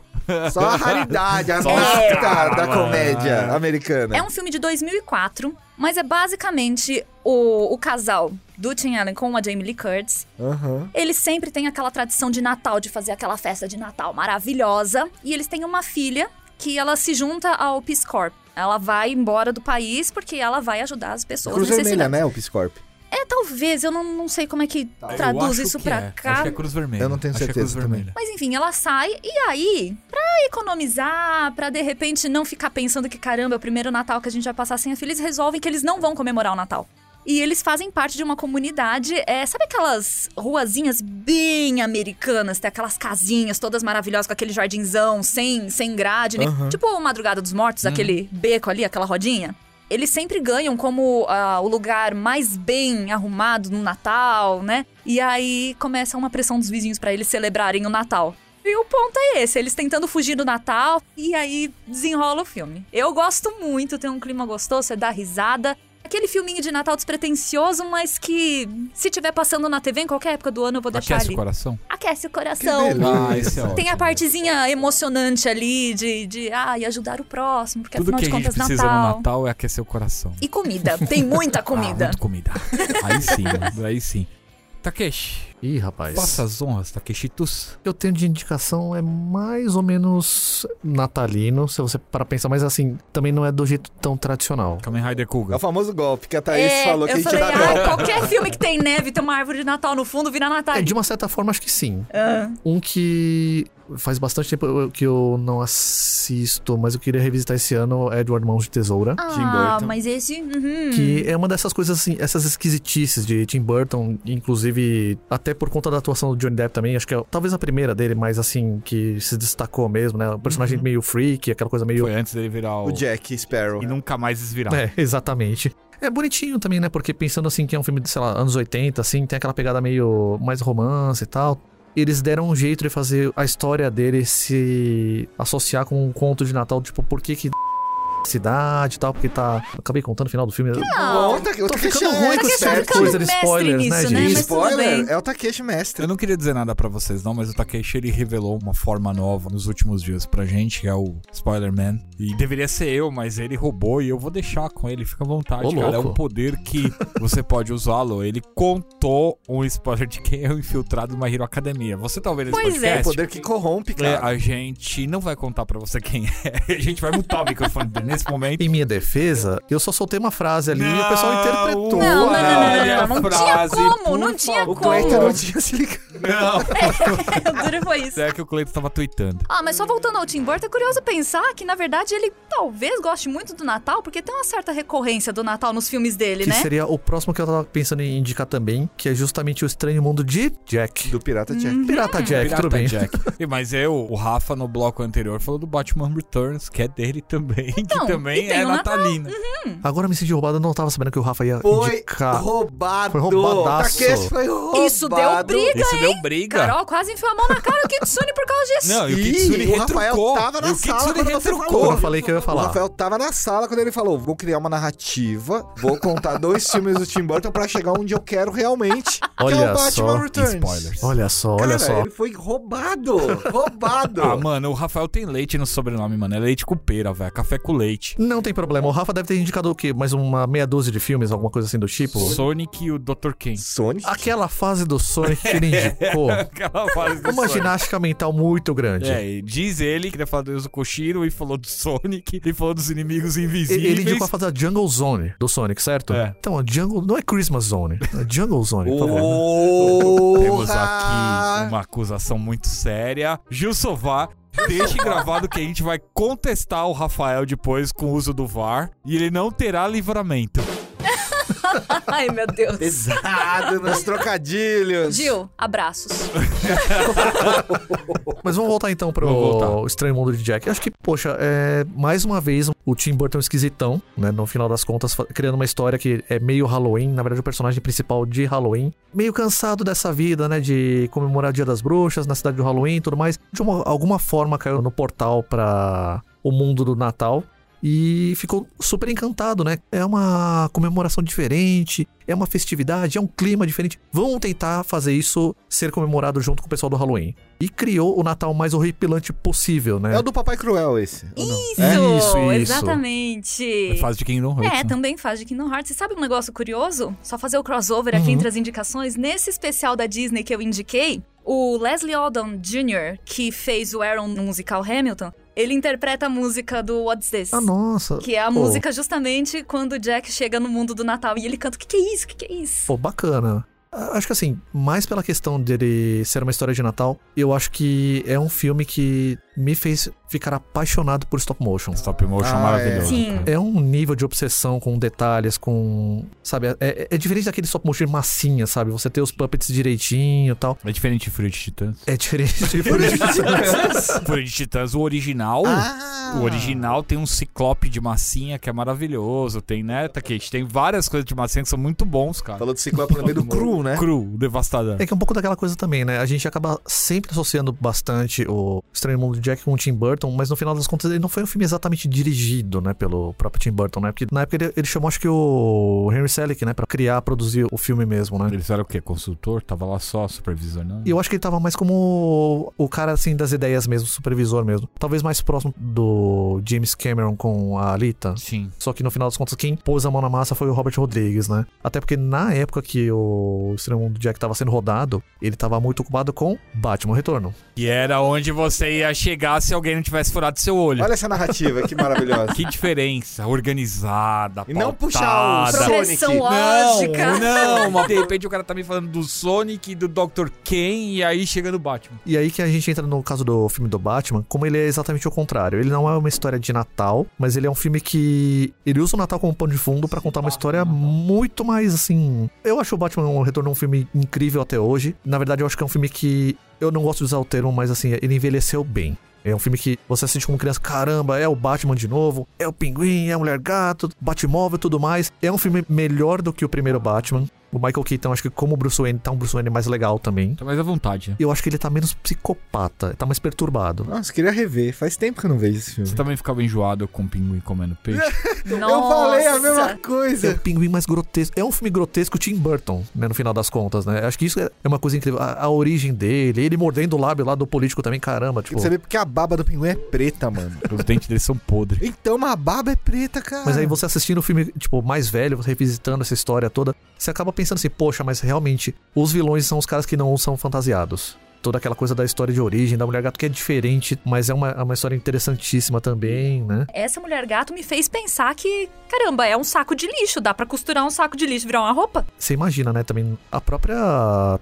Só a raridade, a
Só os
marca
caras,
da
mano.
comédia americana.
É um filme de 2004, mas é basicamente o, o casal do Tim Allen com a Jamie Lee Curtis.
Aham.
Eles sempre têm aquela tradição de Natal, de fazer aquela festa de Natal maravilhosa. E eles têm uma filha que ela se junta ao Peace Corps. Ela vai embora do país porque ela vai ajudar as pessoas
Cruz Vermelha,
necessitadas.
né, o Piscorp?
É, talvez, eu não, não sei como é que
Eu
traduz
acho
isso
que
pra
é.
cá.
Acho que é Cruz Vermelha.
Eu não tenho
Acho que é
certeza
Cruz
também.
Vermelha.
Mas enfim, ela sai e aí, pra economizar, pra de repente não ficar pensando que caramba, é o primeiro Natal que a gente vai passar sem a filha, eles resolvem que eles não vão comemorar o Natal. E eles fazem parte de uma comunidade, é, sabe aquelas ruazinhas bem americanas, tem aquelas casinhas todas maravilhosas com aquele jardinzão sem, sem grade, né? tipo o Madrugada dos Mortos,
Uhum.
aquele beco ali, aquela rodinha. Eles sempre ganham como ah, o lugar mais bem arrumado no Natal, né? E aí começa uma pressão dos vizinhos pra eles celebrarem o Natal. E o ponto é esse, eles tentando fugir do Natal e aí desenrola o filme. Eu gosto muito, tem um clima gostoso, você dá risada. Aquele filminho de Natal despretensioso, mas que se tiver passando na TV em qualquer época do ano eu vou deixar
Aquece o
ali.
coração.
Aquece o coração.
Ah, esse é
Tem a
ótimo.
partezinha emocionante ali de, de ah, e ajudar o próximo, porque
Tudo
afinal
que a
de
gente
contas
precisa
Natal.
no Natal é aquecer o coração.
E comida, tem muita
(laughs) Ah,
comida.
muito comida. Aí
(laughs)
sim, mano, aí sim. Takeshi,
Ih, rapaz.
faça as honras, Takeshi Tus.
Eu tenho de indicação é mais ou menos natalino, se você para pensar, mas assim, também não é do jeito tão tradicional.
Kamen Rider
É o
Kuga.
famoso golpe que a Thaís falou que a
É, eu falei,
gente dá
ah,
golpe.
qualquer filme que tem neve, tem uma árvore de Natal no fundo, vira Natal.
(laughs) É, de uma certa forma, acho que sim.
Ah.
Um que faz bastante tempo eu- que eu não assisto, mas eu queria revisitar esse ano é Edward Mãos de Tesoura.
Ah,
Burton.
mas esse. uhum.
Que (laughs) é uma dessas coisas assim, essas esquisitices de Tim Burton, inclusive até por conta da atuação do Johnny Depp também, acho que é talvez a primeira dele, mas assim, que se destacou mesmo, né? Um personagem meio freak, aquela coisa meio.
Foi antes dele virar o...
O Jack Sparrow.
E nunca mais desvirar.
É, exatamente. É bonitinho também, né? Porque pensando assim que é um filme de, sei lá, anos 80, assim, tem aquela pegada meio mais romance e tal. Eles deram um jeito de fazer a história dele se associar com um conto de Natal, tipo, por que (laughs) que cidade e tal, porque tá... Acabei contando o final do filme.
Não,
Outra-
tô
outra
ficando
questão,
ruim
né?
com
Takeshi tá
certo,
ficando
coisa de
mestre
spoiler,
nisso,
né,
né?
gente?
Mas tudo
Spoiler,
bem.
é o Takeshi mestre.
Eu não queria dizer nada pra vocês não, mas o Takeshi ele revelou uma forma nova nos últimos dias pra gente, que é o Spoiler Man. E deveria ser eu, mas ele roubou e eu vou deixar com ele, fica à vontade,
Ô,
cara. É
louco.
um poder que você pode usá-lo. Ele contou um spoiler de quem é o infiltrado numa Hero Academia. Você talvez nesse
Pois é,
É o
podcast,
poder que corrompe,
É,
cara.
a gente não vai contar pra você quem é. (laughs) A gente vai mutar o microfone dele nesse momento.
Em minha defesa, eu só soltei uma frase ali e o pessoal
Não,
Não,
interpretou.
não, não,
Olha
não, não,
a
não, não tinha
frase,
como,
por
não tinha
O
como.
Cleiton não tinha se ligado.
Não.
(laughs) O duro foi isso.
É que o Cleiton tava tweetando.
Ah, mas só voltando ao Tim Burton, é curioso pensar que, na verdade, ele talvez goste muito do Natal, porque tem uma certa recorrência do Natal nos filmes dele,
Que
né?
seria o próximo que eu tava pensando em indicar também, que é justamente o Estranho Mundo de Jack.
Do Pirata Jack.
Uhum.
Pirata Jack,
Pirata
tudo bem. (laughs)
Jack. E, mas eu, o Rafa, no bloco anterior, falou do Batman Returns, que é dele também, (laughs)
Então,
que também
e tem
é
o Natal.
natalina.
Agora me senti roubado, eu não tava sabendo que o Rafa ia
Hum. Foi
indicar.
roubado.
Foi roubadaço.
Takeshi foi roubado.
Isso deu briga,
Isso
hein?
deu briga.
Carol quase enfiou a mão na cara do Kitsune por causa disso.
Não, e o
Ih,
Kitsune
o Rafael
retrucou.
tava na
E o
sala
Kitsune
quando você
retrucou.
Quando eu falei que eu ia
O
falar.
Rafael tava na sala quando ele falou: vou criar uma narrativa, vou contar dois filmes do Tim Burton pra chegar onde eu quero realmente. que é
Olha
o Batman
só.
Returns.
Spoilers.
Olha só, olha
Cara,
só.
ele foi roubado. Roubado.
Ah, mano, o Rafael tem leite no sobrenome, mano. É leite com pera, velho. Café com leite.
Não tem problema. O Rafa deve ter indicado o quê? Mais uma meia dúzia de filmes, alguma coisa assim do tipo?
Sonic e o Dr. Ken.
Sonic.
Aquela fase do Sonic que ele indicou.
(laughs) Aquela fase do
Uma
Sonic.
ginástica mental muito grande.
É, e diz ele que ele falou do Yuzukoshiro e falou do Sonic e falou dos inimigos
Ele
invisíveis.
ele indicou a fase da Jungle Zone do Sonic, certo?
É.
Então, a Jungle. Não é Christmas Zone. É Jungle Zone, por favor.
Temos
Porra!
aqui uma acusação muito séria. Gil Sovar, deixe gravado que a gente vai contestar o Rafael depois com o uso do VAR e ele não terá livramento.
(laughs) Ai, meu Deus.
Pesado
(laughs)
nos Ah, trocadilhos.
Gil, abraços.
Mas vamos voltar então pro
Vamos voltar.
Estranho Mundo de Jack. Eu Acho que, poxa, é mais uma vez o Tim Burton esquisitão, né? No final das contas, fa- criando uma história que é meio Halloween, na verdade, o personagem principal de Halloween. Meio cansado dessa vida, né? De comemorar o Dia das Bruxas na cidade do Halloween e tudo mais. De uma- alguma forma caiu no portal pra o mundo do Natal. e ficou super encantado, né? É uma comemoração diferente, é uma festividade, é um clima diferente. Vamos tentar fazer isso ser comemorado junto com o pessoal do Halloween. E criou o Natal mais horripilante possível, né?
É o do Papai Cruel esse. ou não?
Isso,
É isso, isso.
exatamente.
É fase de Kingdom Hearts.
É,
né?
também faz de Kingdom Hearts. E sabe um negócio curioso? Só fazer o crossover
Uhum.
aqui entre as indicações. Nesse especial da Disney que eu indiquei, o Leslie Odom Jr., que fez o Aaron no musical Hamilton, ele interpreta a música do What's This?
Ah, nossa.
Que é a
Pô.
música justamente quando o Jack chega no mundo do Natal e ele canta: O que, que é isso? O que, que é isso?
Pô, bacana. A- Acho que assim, mais pela questão dele ser uma história de Natal, eu acho que é um filme que me fez ficar apaixonado por stop motion.
Stop motion
Ah,
maravilhoso.
é. Sim.
cara.
É um nível de obsessão com detalhes, com. Sabe, é- é, é diferente daquele stop motion massinha, sabe? Você ter os puppets direitinho e tal.
É diferente de Fúria de Titãs.
É diferente. diferente.
(laughs) Fúria de Titãs, o original. O original tem um ciclope de massinha que é maravilhoso. Tem, né, Takeshi? Tem várias coisas de massinha que são muito bons, cara.
Falou de ciclope, eu lembrei do cru, né?
Cru, devastador.
É que é um pouco daquela coisa também, né? A gente acaba sempre associando bastante o Estranho Mundo de Jack com o Tim Burton, mas no final das contas ele não foi um filme exatamente dirigido, né, pelo próprio Tim Burton, né? Porque na época ele, ele chamou, acho que o Henry Selick, né, pra criar, produzir o filme mesmo, né?
Eles eram o quê? Consultor? Tava lá só supervisionando?
E eu acho que ele tava mais como o cara, assim, das ideias mesmo, supervisor mesmo. Talvez mais próximo do James Cameron com a Alita.
Sim.
Só que no final das contas, quem pôs a mão na massa foi o Robert Rodrigues, né? Até porque na época que o Estranho Mundo de Jack tava sendo rodado, ele tava muito ocupado com Batman Retorno.
E era onde você ia chegar se alguém não tivesse furado seu olho.
Olha essa narrativa, que maravilhosa.
Que diferença. Organizada,
E não
pautada.
puxar o Sonic.
Progressão lógica.
Não, não, mas de repente o cara tá me falando do Sonic, do Dr. Ken e aí chega no Batman.
E aí que a gente entra no caso do filme do Batman, como ele é exatamente o contrário. Ele não é uma história de Natal, mas ele é um filme que ele usa o Natal como pano de fundo pra contar uma história muito mais assim. Eu acho o Batman um retorno um filme incrível até hoje. Na verdade, eu acho que é um filme que eu não gosto de usar o termo, mas assim, ele envelheceu bem. É um filme que você assiste como criança, caramba, é o Batman de novo, é o Pinguim, é a Mulher Gato, Batmóvel e tudo mais. É um filme melhor do que o primeiro Batman. O Michael Keaton, acho que como Bruce Wayne, tá um Bruce Wayne mais legal também.
Tá mais à vontade, né?
Eu acho que ele tá menos psicopata, tá mais perturbado.
Nossa, Ah, queria rever. Faz tempo que eu não vejo esse filme.
Você também ficava enjoado com o pinguim comendo peixe?
Eu falei a
Nossa.
mesma
É um
coisa.
pinguim mais grotesco. É um filme grotesco Tim Burton, né? No final das contas, né? Acho que isso é uma coisa incrível. A, a origem dele, ele mordendo o lábio lá do político também, caramba, tipo.
Queria saber porque a baba do pinguim é preta, mano.
(laughs) Os dentes dele são podres.
Então, mas a baba é preta, cara.
Mas aí você assistindo o filme, tipo, mais velho, você revisitando essa história toda, você acaba pensando assim, poxa, mas realmente, os vilões são os caras que não são fantasiados. Toda aquela coisa da história de origem, da mulher gato que é diferente, mas é uma, é uma história interessantíssima também, né?
Essa mulher gato me fez pensar que, caramba, é um saco de lixo. Dá pra costurar um saco de lixo e virar uma roupa?
Você imagina, né, também a própria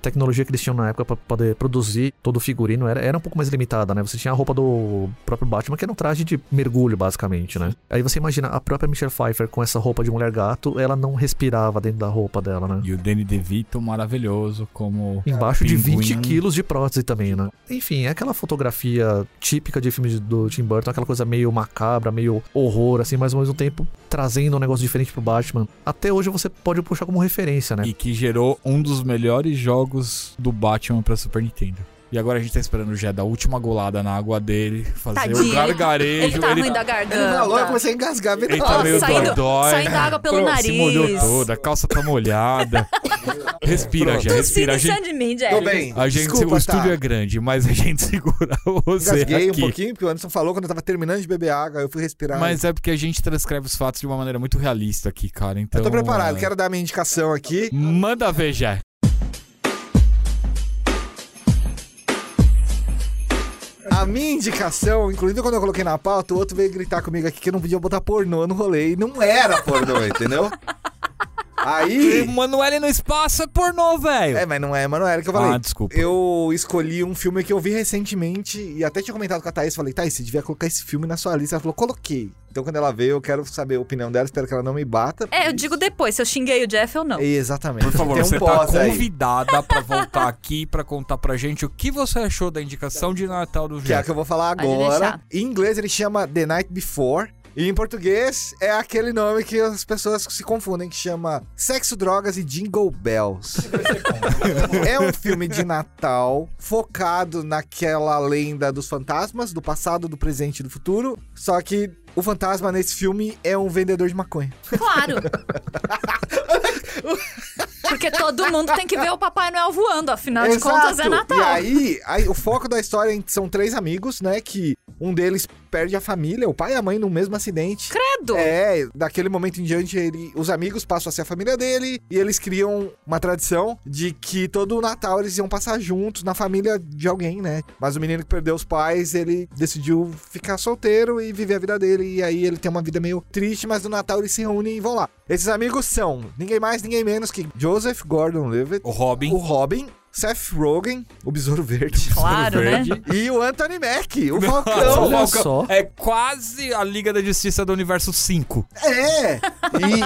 tecnologia que eles tinham na época pra poder produzir todo o figurino era, era um pouco mais limitada, né? Você tinha a roupa do próprio Batman, que era um traje de mergulho, basicamente, né? Aí você imagina a própria Michelle Pfeiffer com essa roupa de mulher gato, ela não respirava dentro da roupa dela, né?
E o Danny DeVito maravilhoso como...
Embaixo de
Pinguim.
20 quilos de prótese também, né? Enfim, é aquela fotografia típica de filmes do Tim Burton, aquela coisa meio macabra, meio horror, assim, mas ao mesmo tempo trazendo um negócio diferente pro Batman. Até hoje você pode puxar como referência, né?
E que gerou um dos melhores jogos do Batman pra Super Nintendo. E agora a gente tá esperando o Jé dar a última golada na água dele, fazer
Tadinho.
o gargarejo.
Ele tá ruim da garganta.
Ele falou, eu comecei a engasgar.
Ele
Verdade.
tá meio
saindo-
dói-dói.
saindo água pelo
Pronto,
nariz.
Se molhou toda, a calça tá molhada. respira, já,
Tossindo
respira. A
em
gente,
cima de mim, Jack.
Tô bem.
a gente-
Desculpa,
o estúdio
tá.
é grande, mas a gente (laughs) segura você
Engasguei um
aqui.
pouquinho, porque o Anderson falou quando eu tava terminando de beber água, eu fui respirar.
mas é porque a gente transcreve os fatos de uma maneira muito realista aqui, cara. Então,
eu tô preparado,
é,
quero dar minha indicação aqui.
Manda ver, Jé.
A minha indicação, inclusive quando eu coloquei na pauta, o outro veio gritar comigo aqui que eu não podia botar pornô no rolê. E não era pornô, entendeu? Aí.
Manoel no espaço é pornô, velho.
É, mas não é, mas não era o que eu falei.
ah, desculpa.
Eu escolhi um filme que eu vi recentemente e até tinha comentado com a Thaís. Falei, Thaís, você devia colocar esse filme na sua lista. Ela falou, coloquei. Então quando ela veio, eu quero saber a opinião dela, espero que ela não me bata.
É, eu digo depois, se eu xinguei o Jeff ou não.
É. Exatamente.
Por favor,
Tem um
você tá
pós aí.
convidada pra voltar aqui pra contar pra gente o que você achou da indicação de Natal do
Que é a
Jé.
que eu vou falar
Pode
agora.
deixar.
Em inglês ele chama The Night Before. E em português é aquele nome que as pessoas se confundem, que chama Sexo, Drogas e Jingle Bells. é um filme de Natal focado naquela lenda dos fantasmas, do passado, do presente e do futuro. Só que o fantasma nesse filme é um vendedor de maconha.
Claro.
(laughs)
Porque todo mundo tem que ver o Papai Noel voando, afinal de contas é Natal.
E aí, aí o foco da história é- são três amigos, né? Que um deles perde a família, o pai e a mãe, num mesmo acidente.
Credo!
É, daquele momento em diante, ele- os amigos passam a ser a família dele e eles criam uma tradição de que todo o Natal eles iam passar juntos na família de alguém, né? Mas o menino que perdeu os pais, ele decidiu ficar solteiro e viver a vida dele. E aí ele tem uma vida meio triste, mas no Natal eles se reúnem e vão lá. Esses amigos são ninguém mais, ninguém menos que Joseph Gordon-Levitt,
O Robin.
o Robin, Seth Rogen, o Besouro Verde.
(laughs) Claro, né?
Verde.
E o Anthony Mack, o Falcão.
Olha
Falcão.
só.
É quase a Liga da Justiça do Universo 5.
É!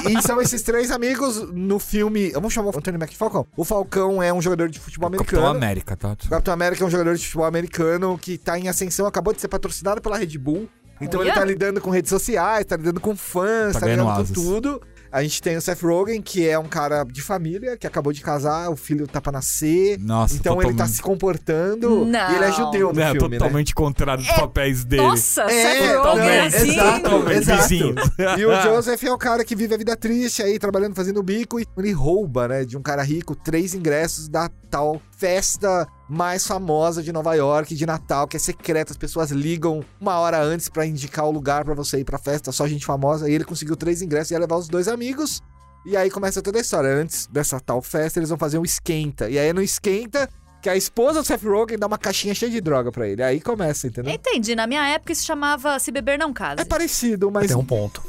E, e são esses três amigos no filme. Vamos chamar o Anthony Mack de Falcão. O Falcão é um jogador de futebol
Capitão
americano.
América, tá?
O Capitão América é um jogador de futebol americano que tá em ascensão, acabou de ser patrocinado pela Red Bull. Então
Olha.
ele tá lidando com redes sociais, tá lidando com fãs,
Tá
tá,
ganhando
lidando com
asas.
tudo. A gente tem o Seth Rogen, que é um cara de família, que acabou de casar, o filho tá pra nascer.
Nossa,
então ele tá
totalmente-
se comportando.
Não. É.
E ele é judeu no
É,
filme, né?
totalmente contrário dos papéis dele.
Nossa,
É,
Seth Rogen
totalmente,
assim.
exato.
Totalmente vizinho.
E o Joseph é o cara que vive a vida triste aí, trabalhando, fazendo bico, e ele rouba, né, de um cara rico, três ingressos da tal festa mais famosa de Nova York, de Natal, que é secreta, as pessoas ligam uma hora antes pra indicar o lugar pra você ir pra festa, só gente famosa, e ele conseguiu três ingressos e ia levar os dois amigos. E aí começa toda a história. Antes dessa tal festa, eles vão fazer um esquenta. E aí no esquenta, que a esposa do Seth Rogen dá uma caixinha cheia de droga pra ele. Aí começa, entendeu?
Entendi, na minha época isso chamava Se Beber Não Case.
né? É parecido, mas
Até um ponto.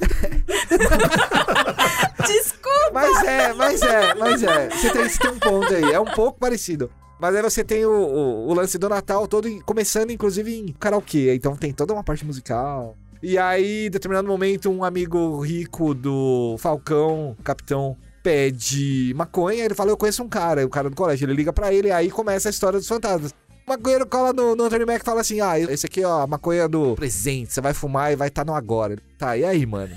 Desculpa!
Mas é, mas é, mas é. Você tem, você tem um ponto aí. É um pouco parecido. Mas aí você tem o, o- o lance do Natal todo, em- começando inclusive em karaokê. Então tem toda uma parte musical. E aí, em determinado momento, um amigo rico do Falcão, capitão, pede maconha. Ele fala: Eu conheço um cara, o cara do colégio. Ele liga pra ele, aí começa a história dos fantasmas. O maconheiro cola no, no Anthony Mac e fala assim: Ah, esse aqui, ó, a maconha do presente. Você vai fumar e vai estar no agora. Ele, Tá, e aí, mano?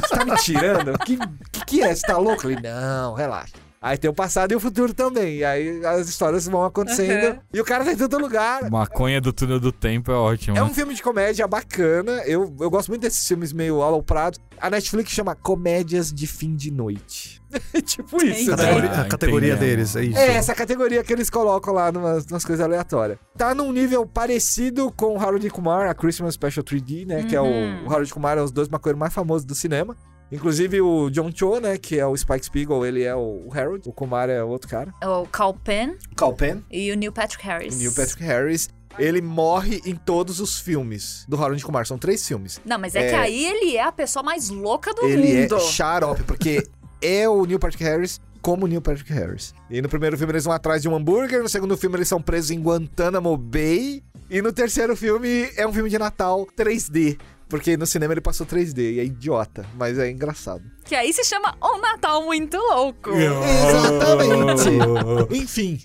Você tá me tirando? Que, que que é? Você tá louco? Ele, não, relaxa. Aí tem o passado e o futuro também. E aí as histórias vão acontecendo.
Uhum.
E o cara tá em todo lugar.
Maconha do túnel do tempo é ótimo.
É um filme de comédia bacana. Eu, eu gosto muito desses filmes meio aloprados. A Netflix chama Comédias de Fim de Noite. É tipo
Entendi.
isso, né?
Categori-
Ah,
a categoria
entendi.
deles, é isso.
É essa categoria que eles colocam lá numas, numas coisas aleatórias. Tá num nível parecido com o Harold Kumar, a Christmas Special 3D, né? Que é o,
Uhum.
o Harold Kumar, é os dois maconheiros mais famosos do cinema. Inclusive o John Cho, né? Que é o Spike Spiegel, ele é o Harold. O Kumar é outro cara.
O Carl Penn
Calpen.
e o Neil Patrick Harris.
Neil Patrick Harris. Ele morre em todos os filmes do Harold Kumar. São três filmes.
Não, mas é,
É.
que aí ele é a pessoa mais louca do
ele
mundo.
é xarope, porque é o Neil Patrick Harris como o Neil Patrick Harris. E no primeiro filme eles vão atrás de um hambúrguer, no segundo filme eles são presos em Guantanamo Bay, e no terceiro filme é um filme de Natal 3D. Porque no cinema ele passou 3D e é idiota, mas é engraçado.
Que aí se chama Um Natal Muito Louco.
Exatamente. Enfim,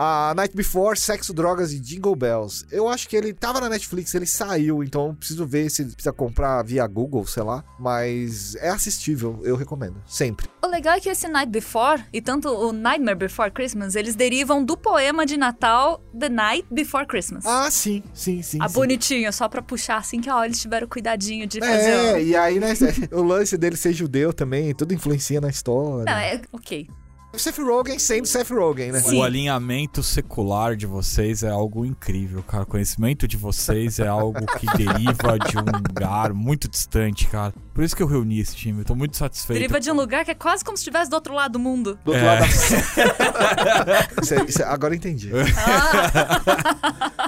a Night Before, Sexo, Drogas e Jingle Bells. Eu acho que ele tava na Netflix, ele saiu, então eu preciso ver se precisa comprar via Google, sei lá. Mas é assistível, eu recomendo, sempre.
O legal é que esse Night Before e tanto o Nightmare Before Christmas, eles derivam do poema de Natal The Night Before Christmas.
Ah, sim, sim, sim.
a
sim.
bonitinha, só pra puxar assim que ó, eles tiveram cuidadinho de fazer.
É,
o-
e aí, né, (laughs) o lance dele ser judeu também, tudo influencia na história.
Não, é ok.
O Seth Rogen sendo Seth Rogen, né?
O alinhamento secular de vocês é algo incrível, cara. O conhecimento de vocês é algo que deriva de um lugar muito distante, cara. Por isso que eu reuni esse time. Eu tô muito satisfeito.
Deriva de um lugar que é quase como se estivesse do outro lado do mundo.
Do outro lado da...
(laughs)
Isso é- isso é- agora eu entendi.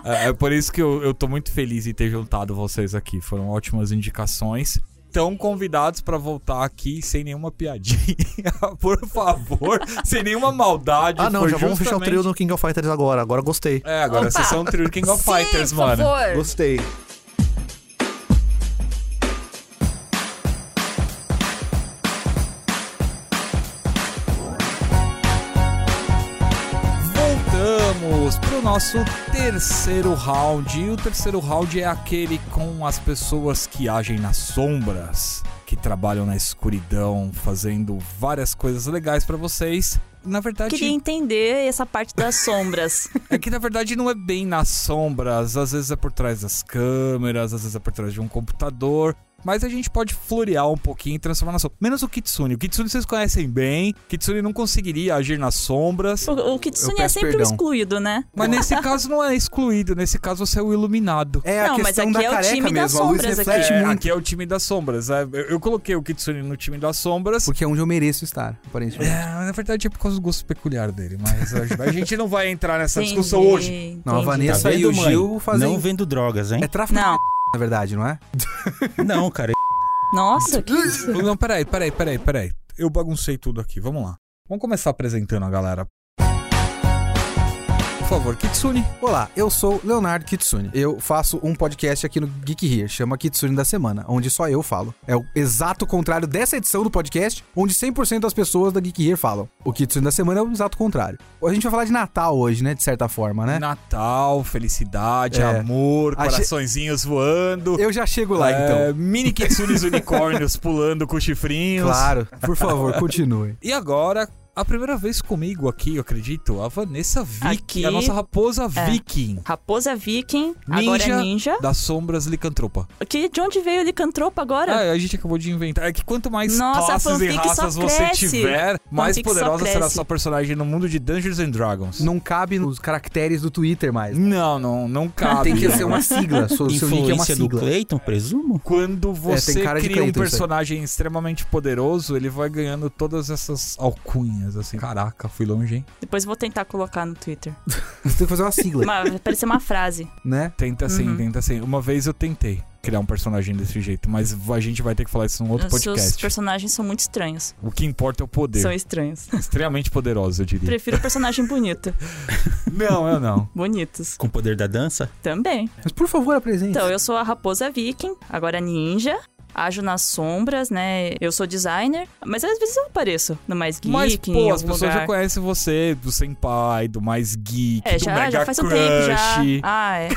É, é por isso que eu, eu tô muito feliz em ter juntado vocês aqui. Foram ótimas indicações. Estão convidados pra voltar aqui sem nenhuma piadinha, (laughs) por favor, sem nenhuma maldade.
Ah, não,
É, Foi
já vamos fechar o
justamente-
trio no King of Fighters agora. Agora gostei.
É, agora
Opa!
vocês são o trio do King of
Sim,
Fighters,
por
mano.
favor.
Gostei.
Voltamos vamos pro nosso terceiro round. E o terceiro round é aquele com as pessoas que agem nas sombras, que trabalham na escuridão, fazendo várias coisas legais pra vocês. Na verdade,
Queria entender essa parte das
(laughs)
sombras.
é que na verdade não é bem nas sombras, às vezes é por trás das câmeras, às vezes é por trás de um computador. Mas a gente pode florear um pouquinho e transformar na sombra. Menos o Kitsune. O Kitsune vocês conhecem bem. Kitsune não conseguiria agir nas sombras.
O, o Kitsune
Eu
é
peço
sempre o
perdão.
excluído, né?
Mas nesse caso não é excluído. Nesse caso você é o iluminado.
É a
Não, mas
questão
aqui
da
é o
careca
time das
mesmo. A luz
sombras aqui.
reflete
É,
muito.
aqui é o time das sombras. é. Eu, eu coloquei o Kitsune no time das sombras.
Porque é onde eu mereço estar, aparentemente.
É, na verdade é por causa do gosto peculiar dele, mas a, a gente não vai entrar nessa
Entendi,
discussão hoje.
Não, a
entendi.
Vanessa
Tá
e o
vendo, mãe?
Gil fazem...
Não vendo drogas, hein?
É tráfico
Não,
na verdade, (laughs) não é?
Não, cara.
um
nossa, que isso?
Não, peraí, peraí, peraí, peraí. Eu baguncei tudo aqui, vamos lá. Vamos começar apresentando a galera. Por favor, Kitsune.
Olá, eu sou Leonardo Kitsune. Eu faço um podcast aqui no Geek Here, chama Kitsune da Semana, onde só eu falo. É o exato contrário dessa edição do podcast, onde 100% das pessoas da Geek Here falam. O Kitsune da Semana é o exato contrário. A gente vai falar de Natal hoje, né, de certa forma, né?
Natal, felicidade,
É.
amor,
A ge-
coraçõezinhos voando.
Eu já chego lá, então.
É, mini
(laughs)
Kitsunes unicórnios pulando com chifrinhos.
Claro, por favor, continue.
E agora, a primeira vez comigo aqui, eu acredito, a Vanessa Viking,
Aqui.
a nossa raposa Viking.
É. Raposa Viking, agora
Ninja.
é ninja.
Das sombras licantropa.
Que, de onde veio o licantropo agora?
Ah, a gente acabou de inventar. É que quanto mais
Nossa,
classes e
fanfic só
raças você
cresce.
tiver, mais
Fanfic só
poderosa será
cresce.
sua personagem no mundo de Dungeons and Dragons.
Não cabe nos caracteres do Twitter mais.
Não, não, não cabe.
Tem que ser uma sigla. Seu, seu nick é uma
Influência do
sigla.
Clayton, presumo?
Quando você
É, cara de
cria um
Clayton isso aí.
personagem extremamente poderoso, ele vai ganhando todas essas alcunhas, assim. Caraca, fui longe, hein?
Depois eu vou tentar colocar no
(laughs)
Twitter.
Você tem que fazer uma sigla,
Mas vai parecer uma frase.
né?
Tenta sim,
Uhum.
tenta sim. Uma vez eu tentei criar um personagem desse jeito, mas a gente vai ter que falar isso num Um outro
Os seus
podcast.
personagens são muito estranhos.
O que importa é o poder.
São estranhos.
Extremamente poderoso, eu diria.
Prefiro personagem bonito.
não,
(laughs)
eu não.
Bonitos.
Com o poder da dança?
Também.
Mas por favor, apresente.
Então, eu sou a Raposa Viking, agora ninja. Ajo nas sombras, né? Eu sou designer, mas às vezes eu apareço no mais geek,
Mas,
em
pô,
algum
as pessoas
lugar.
já conhecem você, do Senpai, do mais geek,
É,
do
já,
Mega
já faz um
Crush.
tempo já. Ah, é.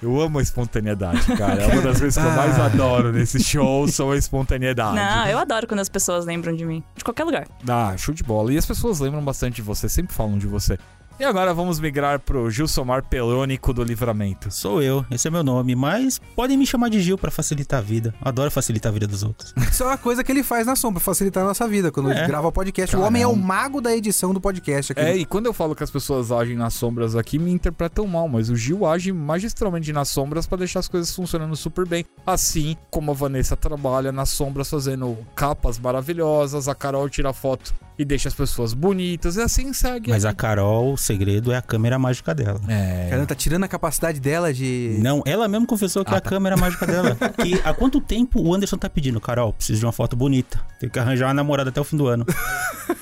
Eu amo a espontaneidade, cara. É uma das coisas que eu mais adoro nesse show são a espontaneidade.
Não, eu adoro quando as pessoas lembram de mim. De qualquer
(laughs)
lugar.
Ah, show de bola. E as pessoas lembram bastante de você, sempre falam de você. E agora vamos migrar pro Gilsomar Pelônico do Livramento.
Sou eu, esse é meu nome, mas podem me chamar de Gil pra facilitar a vida. Adoro facilitar a vida dos outros.
Isso é uma coisa que ele faz na sombra, facilitar a nossa vida. Quando
É.
grava podcast,
Caramba.
o homem é o mago da edição do podcast aqui.
É, e quando eu falo que as pessoas agem nas sombras aqui, me interpretam mal, mas o Gil age magistralmente nas sombras pra deixar as coisas funcionando super bem. Assim como a Vanessa trabalha nas sombras fazendo capas maravilhosas, a Carol tira foto e deixa as pessoas bonitas, e assim segue.
Mas a Carol, o segredo é a câmera mágica dela.
É.
Caramba, tá tirando a capacidade dela de. Ah, tá.
Não, ela mesma confessou que é a câmera mágica
(laughs)
(laughs)
dela. que há quanto tempo o Anderson tá pedindo? Carol, preciso de uma foto bonita. Tem que arranjar uma namorada até o fim do ano.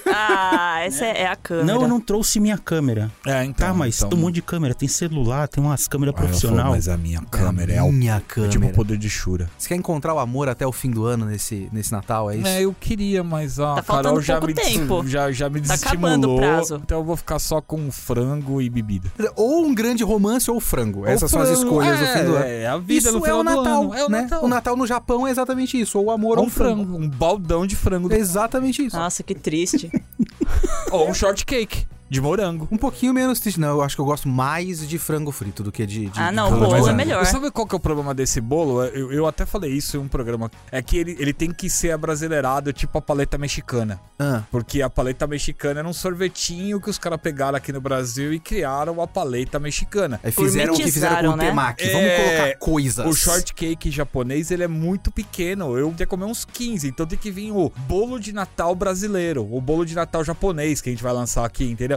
Ah, essa é, é a câmera.
Não, eu não trouxe minha câmera.
É, então.
Tá, mas
então...
tem um monte de câmera. Tem celular, tem umas câmeras
Aí ela falou,
profissionais.
mas a minha câmera é, o
Minha
é
câmera.
tipo o poder de Shura.
Você quer encontrar o amor até o fim do ano nesse, nesse Natal, é isso?
É, eu queria, mas a
Tá faltando
Carol já
pouco
me, des-
tempo.
(laughs) já, já me
Tá acabando
desestimulou.
o prazo.
Então eu vou ficar só com frango e bebida.
Ou um grande romance ou frango. Essas são as escolhas do fim do ano.
É, é a vida
Isso
no
é
final
o Natal,
do ano. É o
né?
Natal.
O Natal no Japão é exatamente isso. Ou amor
Ou
ou,
um
frango.
frango, um baldão de frango.
É Exatamente isso.
Nossa, que
(laughs)
triste.
Ou um shortcake de morango.
Um pouquinho menos triste. Não, eu acho que eu gosto mais de frango frito do que de. de
Ah, não,
de
o bolo
mas
é melhor.
Sabe qual que é o problema desse bolo? Eu, eu até falei isso em um programa. É que ele, ele tem que ser abrasileirado, tipo a paleta mexicana.
Ah,
Porque a paleta mexicana era um sorvetinho que os caras pegaram aqui no Brasil e criaram a paleta mexicana.
aí É, fizeram o que fizeram com
Gourmetizaram,
o
né?
temaki.
É,
Vamos colocar coisas.
O shortcake japonês, ele é muito pequeno. Eu tenho que comer uns 15, então tem que vir o bolo de Natal brasileiro, o bolo de Natal japonês que a gente vai lançar aqui, entendeu?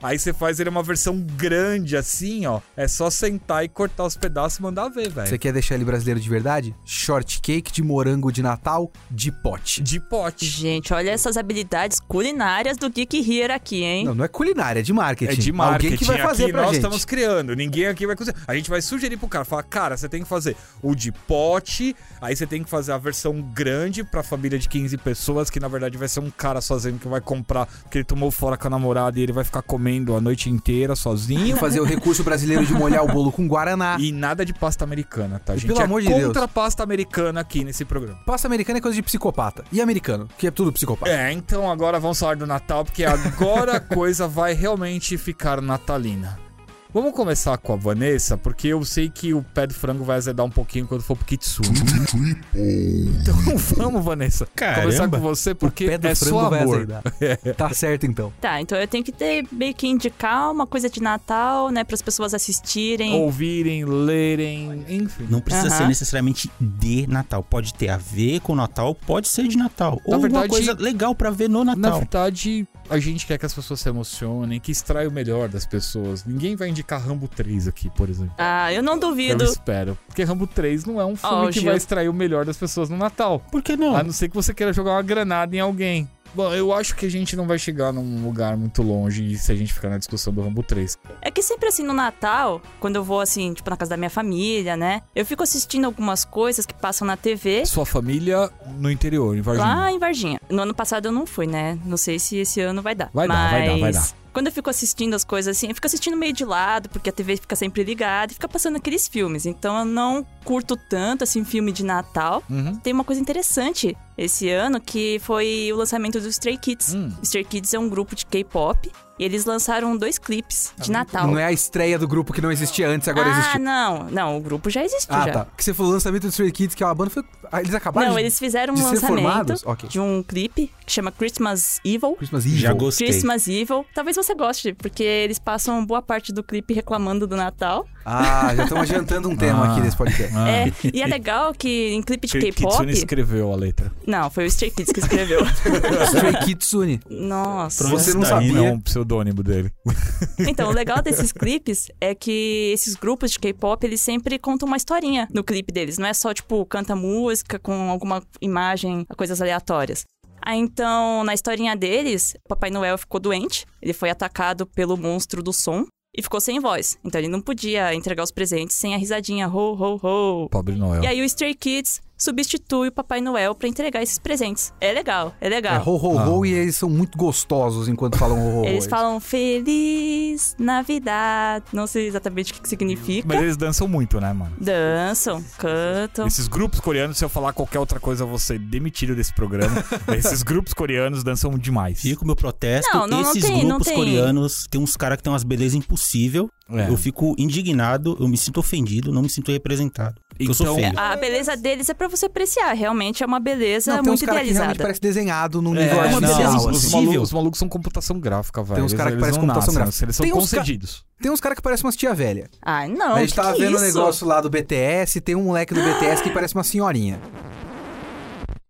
Aí você faz ele uma versão grande assim, ó. É só sentar e cortar os pedaços e mandar ver,
Você
velho.
quer deixar ele brasileiro de verdade? Shortcake de morango de Natal de pote.
De pote.
Gente, olha essas habilidades culinárias do Geek Here aqui, hein?
Não, não é culinária, é de marketing.
É de marketing.
Alguém que vai fazer
aqui
pra
nós
gente.
estamos criando. Ninguém aqui vai conseguir. A gente vai sugerir pro cara, falar, cara, você tem que fazer o de pote, aí você tem que fazer a versão grande pra família de 15 pessoas, que na verdade vai ser um cara sozinho que vai comprar, porque ele tomou fora com a namorada e ele vai ficar comendo comendo a noite inteira sozinho.
Fazer o recurso brasileiro de molhar o bolo com guaraná.
E nada de pasta americana, tá,
E
gente?
pelo
é
amor de Deus.
contra a pasta americana aqui nesse programa.
Pasta americana é coisa de psicopata. E americano, que é tudo psicopata.
É, então agora vamos falar do Natal,
(laughs)
porque agora a coisa vai realmente ficar natalina. Vamos começar com a Vanessa, porque eu sei que o pé do frango vai azedar um pouquinho quando for pro Kitsune. Então (laughs) vamos, Vanessa. Começar com
Caramba.
você, porque
o pé do
é
frango
só
vai
amor. (laughs)
azedar. Tá certo então.
Tá, então eu tenho que ter meio que indicar uma coisa de Natal, né, para as pessoas assistirem.
Ouvirem, lerem, enfim.
Não precisa
Aham.
ser necessariamente de Natal. Pode ter a ver com Natal, pode ser de Natal. Ou
verdade-
alguma coisa legal pra ver no
Na
Natal.
verdade, a gente quer que as pessoas se emocionem, que extraia o melhor das pessoas. Ninguém vai indicar Rambo 3 aqui, por exemplo.
Ah, eu não
Eu
duvido.
espero. Porque Rambo 3 não é um filme
Ó, o
que
Gil.
vai extrair o melhor das pessoas no Natal.
Por que não?
A não ser que você queira jogar uma granada em alguém. Bom, eu acho que a gente não vai chegar num lugar muito longe se a gente ficar na discussão do Rambo 3.
É que sempre assim no Natal, quando eu vou assim, tipo na casa da minha família, né, eu fico assistindo algumas coisas que passam na TV.
Sua família no interior, em
Lá em Varginha. No ano passado eu não fui, né? Não sei se esse ano vai dar.
Vai dar,
Mas...
vai dar, vai dar.
Quando eu fico assistindo as coisas assim, eu fico assistindo meio de lado, porque a TV fica sempre ligada e fica passando aqueles filmes. Então eu não curto tanto, assim, filme de Natal.
Uhum.
Tem uma coisa interessante esse ano, que foi o lançamento do Stray Kids.
Hum.
Stray Kids é um grupo de K-pop e eles lançaram dois clipes de
Ah,
Natal.
Não é a estreia do grupo que não existia antes, agora
ah,
existe.
não. Não, o grupo já existiu
Ah,
já.
tá. Que você falou lançamento do Stray Kids, que é uma banda. Foi... Ah, eles acabaram
Não,
de,
eles fizeram
de
um
ser
lançamento
formados? Ok.
de um clipe que chama Christmas Evil.
Christmas
Já
Evil.
gostei.
Christmas Evil. Talvez você goste, porque eles passam boa parte do clipe reclamando do Natal.
Ah, já estamos adiantando um tema
(laughs) Ah.
aqui desse podcast.
É, e é legal que em clipe de K-pop.
escreveu a letra.
Não, foi o Stray Kids que
(laughs)
escreveu.
Stray Kitsune.
Nossa.
Trouxe
Você não
daí,
sabia.
não.
o né, um pseudônimo dele.
Então, o legal
(laughs)
desses clipes é que esses grupos de K-pop, eles sempre contam uma historinha no clipe deles. Não é só, tipo, canta música com alguma imagem, coisas aleatórias. Ah, então, na historinha deles, o Papai Noel ficou doente, ele foi atacado pelo monstro do som e ficou sem voz. Então, ele não podia entregar os presentes sem a risadinha ho, ho, ho.
Pobre Noel.
E aí, o Stray Kids substitui o Papai Noel pra entregar esses presentes. É legal, é
É
legal.
ho ho ho e eles são muito gostosos enquanto falam ho ho ho.
Eles falam Feliz Navidade. Não sei exatamente o que, que significa.
Mas eles dançam muito, né, mano?
Dançam, cantam.
Esses grupos coreanos, se eu falar qualquer outra coisa, eu vou ser demitido desse (laughs) programa. Esses grupos coreanos dançam demais.
Fica o meu protesto.
Não, não- não
Esses
tem, não
grupos
tem.
coreanos, tem uns caras que tem umas belezas impossível.
É.
Eu fico indignado, eu me sinto ofendido, não me sinto representado. Porque eu sou
Então-
feio.
A beleza deles é pra você apreciar. Realmente é uma beleza
Não, tem uns
muito
caras que realmente
idealizada.
parece desenhado num
É,
nível
uma
artificial,
beleza
assim.
Os
impossível.
malucos, os malucos são computação gráfica, velho.
uns cara que
Eles- eles
parece
não
computação
nascem,
gráfica.
Eles são
Tem uns ca-
concedidos.
Tem uns caras que parecem umas tia velha.
Ai, não.
a gente
que
tava
que é
vendo um
isso? Ah!
negócio lá do BTS, tem um moleque do BTS que parece uma senhorinha.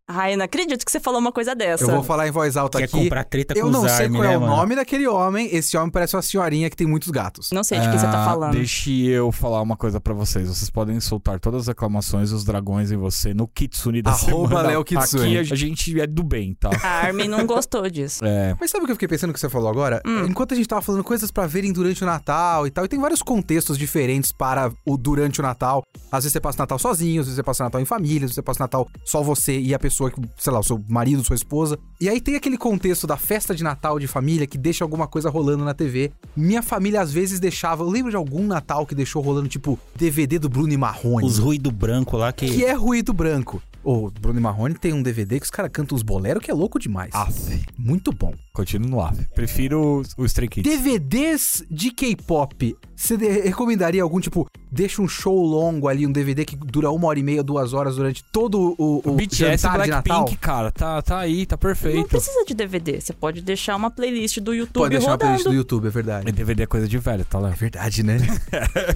Ai, eu não acredito que você falou uma coisa dessa.
Eu vou falar em voz alta
Quer
aqui.
comprar treta
Eu
com
não
os
sei
Armin,
qual
né,
é o
mano?
nome daquele homem. Esse homem parece uma senhorinha que tem muitos gatos.
Não sei de que você tá
Ah,
falando.
Deixe eu falar uma coisa pra vocês. Vocês podem soltar todas as reclamações dos dragões em você no Kitsune da
Arroba
semana.
Léo Kitsune.
Aqui a gente é do bem,
(laughs)
tá?
A Armin não gostou disso.
É.
Mas sabe o que eu fiquei pensando que você falou agora? Enquanto a gente tava falando coisas pra verem durante o Natal e tal, e tem vários contextos diferentes para o durante o Natal. Às vezes você passa o Natal sozinho, às vezes você passa o Natal em família, às vezes você passa o Natal só você e a pessoa que, sei lá, o seu marido, sua esposa. E aí tem aquele contexto da festa de Natal de família que deixa alguma coisa rolando na TV. Minha família às vezes deixava, eu lembro de algum Natal que deixou rolando tipo DVD do Bruno e Marrone.
Os ruído branco lá que.
é, Que é ruído branco. O Bruno e Marrone tem um DVD que os caras cantam uns boleros que é louco demais. Muito bom.
Continuo no ar. Prefiro o- o Stray Kids.
DVDs de K-pop. Você de- recomendaria algum tipo, deixa um show longo ali, um DVD que dura uma hora e meia, duas horas durante todo (laughs) o, o
BTS
jantar de Natal?
Blackpink, cara, tá, tá aí, tá
Não
perfeito.
precisa de DVD. Você pode deixar uma playlist do YouTube
Pode deixar a
rodando.
playlist do YouTube, é verdade.
É DVD é coisa de velho, tá, Léo?
verdade,
(laughs)
né?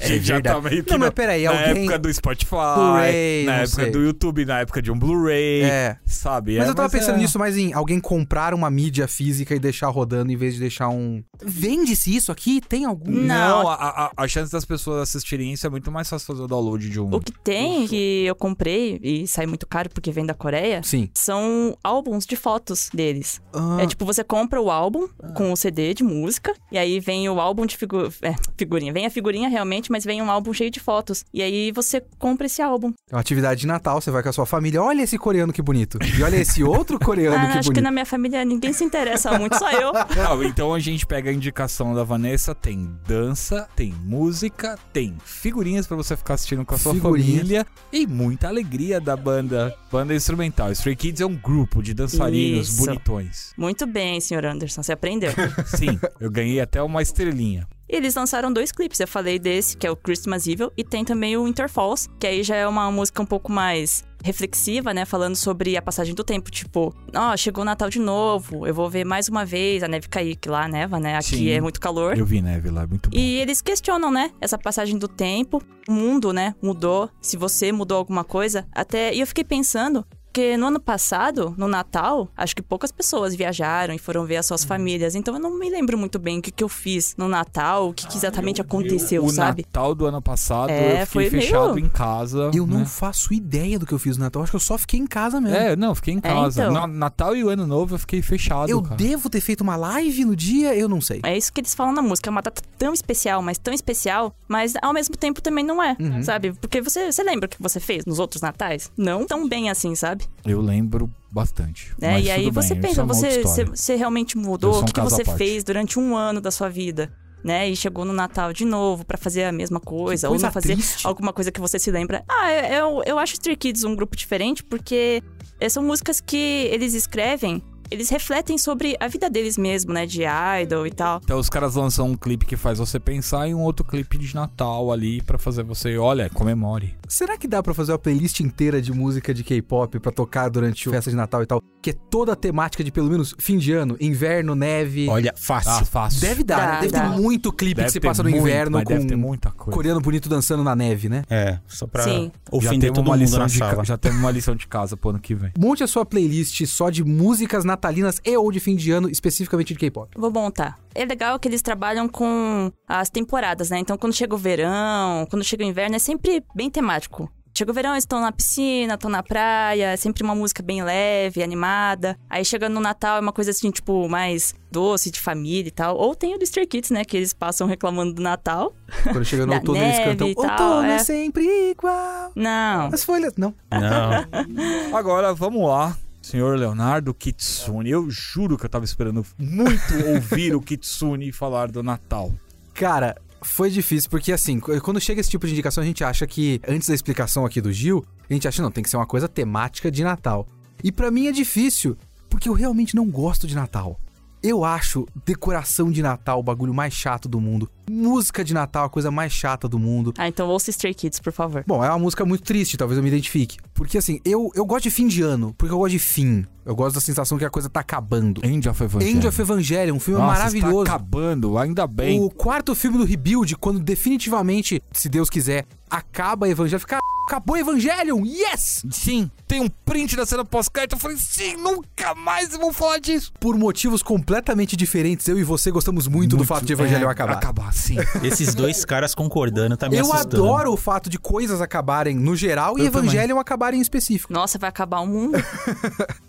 A gente já tá meio que
Não,
na-
mas peraí,
na
alguém...
época do Spotify,
Blu-ray,
na
não
época
sei.
do YouTube, na época de um Blu-ray,
É.
sabe?
Mas
É,
eu tava pensando
é.
nisso mais em alguém comprar uma mídia física e deixar rodando em vez de deixar um... Vende-se isso aqui? Tem algum...
Não.
Não, a, a- a chance das pessoas assistirem isso é é muito mais fácil fazer o download de um.
O que tem, que eu comprei e sai muito caro porque vem da Coreia,
Sim.
são álbuns de fotos deles.
Ah,
É tipo, você compra o álbum com o CD de música, e aí vem o álbum de figu... é, figurinha. Vem a figurinha realmente, mas vem um álbum cheio de fotos. E aí você compra esse álbum.
é uma atividade de Natal, você vai com a sua família. Olha esse coreano que bonito. E olha esse outro coreano
Ah,
que
acho que
bonito.
na minha família ninguém se interessa tá muito, só
(laughs)
eu.
(laughs) Não, então a gente pega a indicação da Vanessa, tem dança, tem música, tem figurinhas pra você ficar assistindo com a sua
Figurinhas.
família e muita alegria da banda, banda instrumental. Stray Kids é um grupo de dançarinos
Isso.
bonitões.
Muito bem, senhor Anderson, você aprendeu.
Sim, eu ganhei até uma estrelinha.
E eles lançaram dois clipes. Eu falei desse, que é o Christmas Evil, e tem também o Interfalls, que aí já é uma música um pouco mais reflexiva, né? Falando sobre a passagem do tempo. Tipo, ó, chegou o Natal de novo, eu vou ver mais uma vez a neve cair, que lá neva, né? Aqui
Sim.
é muito calor.
Eu vi neve lá, é muito bom.
E eles questionam, né, essa passagem do tempo, o mundo, né, mudou, se você mudou alguma coisa, até, e eu fiquei pensando que no ano passado, no Natal, acho que poucas pessoas viajaram e foram ver as
Hum.
suas famílias, então eu não me lembro muito bem o que, que eu fiz no Natal, o que, que exatamente aconteceu,
o
sabe?
Natal do ano passado
É,
eu fiquei
foi meio-
fechado em casa.
Eu não
né?
faço ideia do que eu fiz no Natal. Acho que eu só fiquei em casa mesmo.
É, não, fiquei em casa.
então.
Na- Natal e o Ano Novo eu fiquei fechado.
eu
cara.
devo ter feito uma live no dia? Eu não sei.
É isso que eles falam na música, é uma data tão especial, mas tão especial, mas ao mesmo tempo também não é,
Uhum.
sabe? Porque você, você lembra o que você fez nos outros natais? Não tão bem assim, sabe?
Eu lembro bastante.
né?
mas
e aí
tudo bem,
você
isso é
pensa,
uma outra
você, você,
história.
você realmente
Eu
mudou?
sou
O
um
que, que
caso à
você
parte.
fez durante um ano da sua vida? Né? E chegou no Natal de novo pra fazer a mesma coisa,
Que coisa
ou não fazer
triste.
alguma coisa que você se lembra. Ah, eu, eu acho Stray Kids um grupo diferente porque eh, são músicas que eles escrevem, eles refletem sobre a vida deles mesmo, né? De idol e tal.
Então os caras lançam um clipe que faz você pensar e um outro clipe de Natal ali pra fazer você, olha, comemore.
Será que dá pra fazer uma playlist inteira de música de K-pop pra tocar durante a festa de Natal e tal? Que é toda a temática de pelo menos fim de ano, inverno, neve.
Olha, fácil.
Ah, fácil.
Deve dar,
Dá,
né? Deve
dá.
ter muito clipe
Deve
que se
ter
passa no
muito,
inverno
mas
com
deve ter
um
muita coisa.
coreano bonito dançando na neve, né?
É, só pra
Sim.
ofender todo
uma
mundo
lição
na
de ca-
sala.
já temos uma lição de casa pro ano que vem.
Monte a sua playlist só de músicas natalinas e ou de fim de ano, especificamente de K-pop.
Vou montar. É legal que eles trabalham com as temporadas, né? Então, quando chega o verão, quando chega o inverno, é sempre bem temático. Chega o verão, eles estão na piscina, estão na praia, é sempre uma música bem leve, animada. Aí chega no Natal, é uma coisa assim, tipo, mais doce, de família e tal. Ou tem o do Stray Kids, né? Que eles passam reclamando do Natal.
Quando chega no
Da
outono, eles
neve
cantam
e tal,
Outono é
é.
sempre igual.
Não.
As folhas. Não.
Não.
(laughs) Agora vamos lá. Senhor Leonardo Kitsune, eu juro que eu tava esperando muito ouvir o Kitsune falar do Natal.
Cara, foi difícil, porque assim, qu- quando chega esse tipo de indicação, a gente acha que, antes da explicação aqui do Gil, a gente acha, não, tem que ser uma coisa temática de Natal. E pra mim é difícil, porque eu realmente não gosto de Natal. Eu acho decoração de Natal o bagulho mais chato do mundo. Música de Natal é a coisa mais chata do mundo.
Ah, então ouça Stray Kids, por favor.
Bom, é uma música muito triste, talvez eu me identifique. Porque assim, eu, eu gosto de fim de ano, porque eu gosto de fim. Eu gosto da sensação que a coisa tá acabando.
End of Evangelion.
End of Evangelion, um filme
é. Nossa,
maravilhoso.
Está acabando, ainda bem.
O quarto filme do Rebuild, quando definitivamente, se Deus quiser, acaba Evangelho. Cara, acabou Evangelion! Yes!
Sim, tem um print da cena pós-crédito. Eu falei, sim, nunca mais eu vou falar disso.
Por motivos completamente diferentes, eu e você gostamos muito, do fato de Evangelho
é,
acabar.
Acabar, sim.
(laughs) Esses dois caras concordando tá me
Eu
assustando.
adoro o fato de coisas acabarem no geral e
Eu também.
Evangelion acabarem um em específico.
Nossa, vai acabar o
(laughs)
mundo.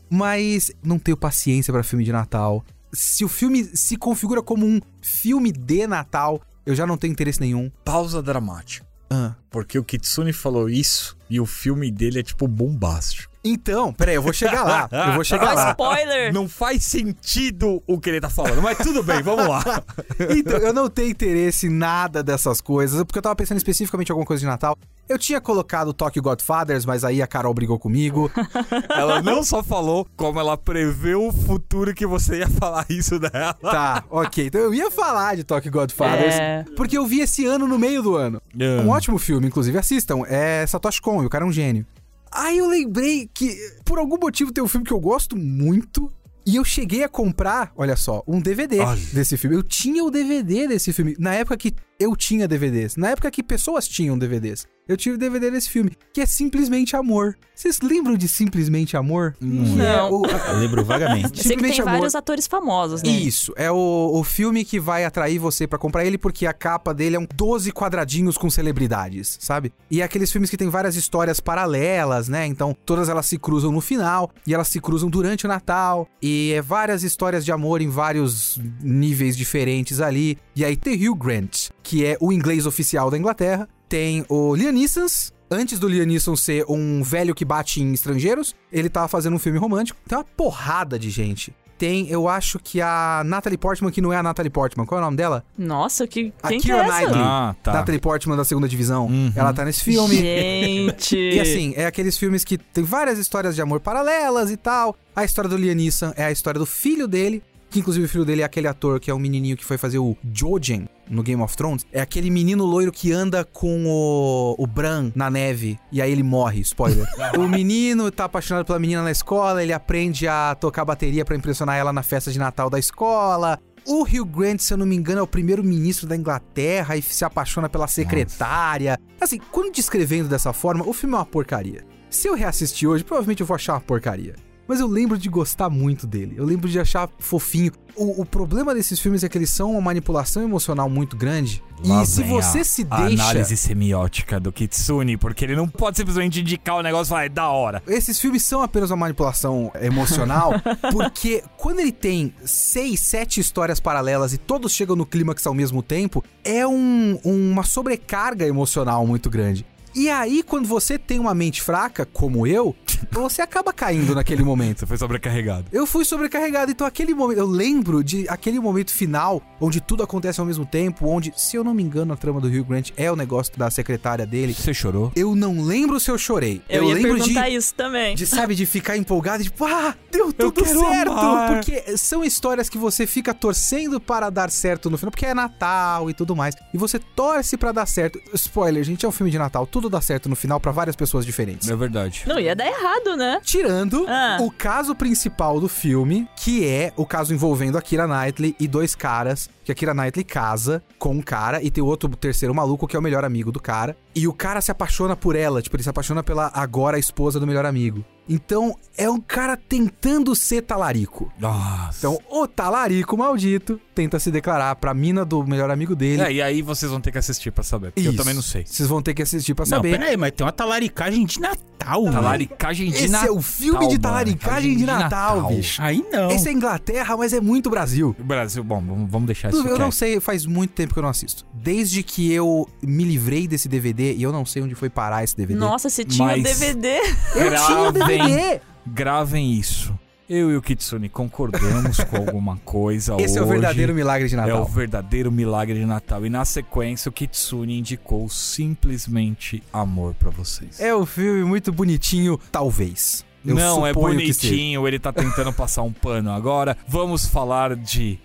Mas não tenho paciência pra filme de Natal. Se o filme se configura como um filme de Natal, eu já não tenho interesse nenhum.
Pausa dramática.
Ah.
Porque o Kitsune falou isso e o filme dele é tipo bombástico.
Então, peraí, eu vou chegar lá. Eu vou chegar lá.
Spoiler!
Não faz sentido o que ele tá falando, mas tudo bem,
(laughs)
vamos lá.
(laughs) Então, eu não tenho interesse em nada dessas coisas, porque eu tava pensando especificamente em alguma coisa de Natal. Eu tinha colocado o Tokyo Godfathers, mas aí a Carol brigou comigo.
Ela não só falou, como ela preveu o futuro que você ia falar isso dela.
Tá, ok. Então eu ia falar de Tokyo Godfathers,
É.
porque eu vi esse ano no meio do ano. Um ótimo filme, inclusive, assistam. É Satoshi Kon, e o cara é um gênio. Aí eu lembrei que, por algum motivo, tem um filme que eu gosto muito. E eu cheguei a comprar, olha só, um DVD
Olha.
desse filme. Eu tinha o DVD desse filme. Na época que eu tinha DVDs. Na época que pessoas tinham DVDs. Eu tive DVD desse filme, que é Simplesmente Amor. Vocês lembram de Simplesmente Amor? Que é
Não.
o-
Eu lembro vagamente.
Eu sei que
Simplesmente
tem
amor.
vários atores famosos, né?
Isso, é o, o filme que vai atrair você pra comprar ele, porque a capa dele é um 12 quadradinhos com celebridades, sabe? E é aqueles filmes que tem várias histórias paralelas, né? Então, todas elas se cruzam no final, e elas se cruzam durante o Natal, e é várias histórias de amor em vários níveis diferentes ali. E aí tem Hugh Grant, que é o inglês oficial da Inglaterra, tem o Liam Neeson, antes do Liam Neeson ser um velho que bate em estrangeiros, ele tava fazendo um filme romântico. Tem uma porrada de gente. Tem, eu acho que a Natalie Portman, que não é a Natalie Portman. Qual é o nome dela?
Nossa, que...
A
quem que é
Keira
essa?
Knightley.
Ah, tá.
Natalie Portman da segunda divisão.
Uhum.
Ela tá nesse filme.
(laughs)
Gente...
E assim, é aqueles filmes que tem várias histórias de amor paralelas e tal. A história do Liam Neeson é a história do filho dele, que inclusive o filho dele é aquele ator que é um menininho que foi fazer o Jojen no Game of Thrones. É aquele menino loiro que anda com o, o Bran na neve e aí ele
(laughs)
morre, spoiler. o menino tá apaixonado pela menina na escola, ele aprende a tocar bateria pra impressionar ela na festa de Natal da escola. O Hugh Grant, se eu não me engano, é o primeiro-ministro da Inglaterra e se apaixona pela secretária. Assim, quando descrevendo dessa forma, o filme é uma porcaria. Se eu reassistir hoje, provavelmente eu vou achar uma porcaria. Mas eu lembro de gostar muito dele. Eu lembro de achar fofinho. O, o problema desses filmes é que eles são uma manipulação emocional muito grande.
Lá
e se
vem
você
a-
se
a
deixa.
análise semiótica do Kitsune, porque ele não pode simplesmente indicar o negócio e falar, é da hora.
Esses filmes são apenas uma manipulação
(laughs)
emocional, porque quando ele tem seis, sete histórias paralelas e todos chegam no clímax ao mesmo tempo, é um- uma sobrecarga emocional muito grande. E aí, quando você tem uma mente fraca, como
(laughs)
eu, você acaba caindo naquele momento.
Você foi sobrecarregado.
Eu fui sobrecarregado, então aquele momento. Eu lembro de aquele momento final, onde tudo acontece ao mesmo tempo, onde, se eu não me engano, a trama do Hugh Grant é o negócio da secretária dele.
Você chorou?
Eu não lembro se eu chorei.
Eu, ia
lembro de.
perguntar isso também.
De, sabe, de ficar empolgado, tipo, ah, deu tudo
quero
certo!
amar.
Porque são histórias que você fica torcendo para dar certo no final, porque é Natal e tudo mais. E você torce para dar certo. Spoiler, gente, é um filme de Natal, tudo dá certo no final para várias pessoas diferentes.
É verdade.
Não, ia dar errado, né?
Tirando
Ah.
o caso principal do filme, que é o caso envolvendo a Kira Knightley e dois caras, que a Kira Knightley casa com um cara e tem outro terceiro maluco que é o melhor amigo do cara, e o cara se apaixona por ela, tipo, ele se apaixona pela agora esposa do melhor amigo. Então, é um cara tentando ser talarico.
Nossa.
Então, o talarico maldito tenta se declarar pra mina do melhor amigo dele.
É, e aí vocês vão ter que assistir pra saber, porque eu
Isso.
também não sei.
Vocês vão ter que assistir pra
Não,
saber.
pera aí, mas tem uma talaricagem de Natal, velho.
Talaricagem de
Esse
Natal.
é o filme de
mano.
talaricagem de Natal, bicho.
Aí não.
Esse é Inglaterra, mas é muito Brasil.
Brasil, bom, vamos vamos deixar isso
Eu não
quieto.
sei, faz muito tempo que eu não assisto. Desde que eu me livrei desse DVD e eu não sei onde foi parar esse DVD.
Nossa, você tinha
Mas-
o DVD.
Gravem, gravem isso. Eu e o Kitsune concordamos com alguma coisa
Esse é o
hoje.
verdadeiro milagre de
É o
Natal.
verdadeiro milagre de Natal. E na sequência, o Kitsune indicou simplesmente amor pra vocês.
É, um filme muito bonitinho, talvez. Eu
Não, é
suponho que seja.
bonitinho, ele tá tentando passar um pano. Agora, vamos falar de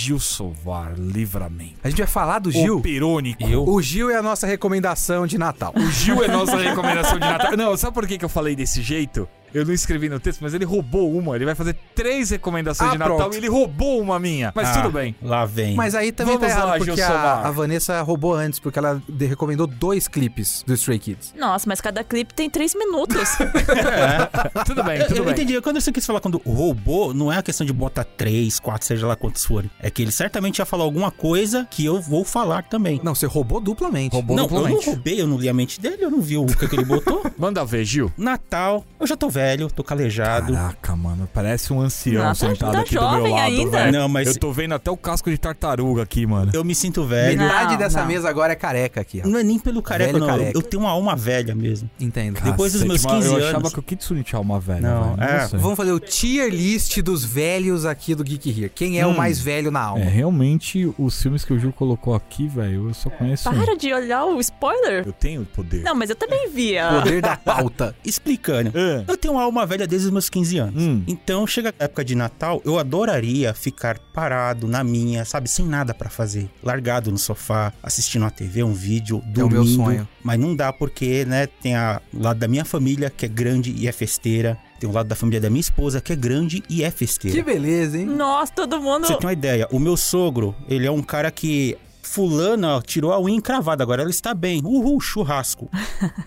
Gilsovar Livramento.
A gente vai falar do Gil.
O Perônico.
O Gil é a nossa recomendação de
(laughs)
Natal.
O Gil é nossa recomendação de Natal. Não, sabe por que, que eu falei desse jeito? Eu não escrevi no texto, mas ele roubou uma. Ele vai fazer três recomendações
Ah,
de Natal
pronto.
e ele roubou uma minha. Mas
Ah,
tudo bem.
Lá vem.
Mas aí também
Vamos
tá errado,
lá,
porque
Gilson Mar.
a, a Vanessa roubou antes, porque ela de- recomendou dois clipes do Stray Kids.
Nossa, mas cada clipe tem três
(laughs)
minutos.
É, Tudo bem,
Eu-
tudo
eu
bem.
entendi. Quando você quis falar quando roubou, não é a questão de botar três, quatro, seja lá quantos forem. É que ele certamente ia falar alguma coisa que eu vou falar também.
Não, você roubou duplamente.
Roubou
não, eu
duplamente.
não roubei, eu não li a mente dele, eu não vi o que, que ele botou.
(laughs) Manda ver, Gil.
Natal, eu já tô velho, tô calejado.
Caraca, mano, parece um ancião
Não, tá-
sentado
tá
aqui do meu
jovem
lado,
ainda.
velho.
Não, mas-
Eu tô vendo até o casco de tartaruga aqui, mano.
Eu me sinto velho.
Metade
Não,
dessa
não.
mesa agora é careca aqui, ó.
Não é nem pelo careca,
Velho
não. Eu-
careca.
Eu tenho uma alma velha mesmo.
Entendo.
Depois dos
Cacete,
meus
mano,
15
Eu achava
anos.
que o Kitsune tinha uma velha.
Não,
velho.
é,
sei.
Vamos fazer o tier list dos velhos aqui do Geek Here. Quem é
Hum.
o mais velho na
É,
alma?
realmente, os filmes que o Gil colocou aqui, velho, eu só conheço um.
Para de olhar o spoiler.
Eu tenho poder.
Não, mas eu também via. (laughs)
Poder da pauta.
Explicando.
Ah.
Eu tenho uma alma velha desde os meus 15 anos.
Hum.
Então, chega a época de Natal, eu adoraria ficar parado na minha, sabe, sem nada pra fazer, largado no sofá, assistindo a TV, um vídeo,
É o
dormindo.
meu sonho.
Mas não dá porque, né, tem a o lado da minha família que é grande e é festeira, tem o lado da família da minha esposa que é grande e é festeira.
Que beleza, hein?
Nossa, todo mundo.
Você tem uma ideia, o meu sogro, ele é um cara que Fulana ó, tirou a unha encravada, agora ela está bem. Uhul,
(laughs)
churrasco.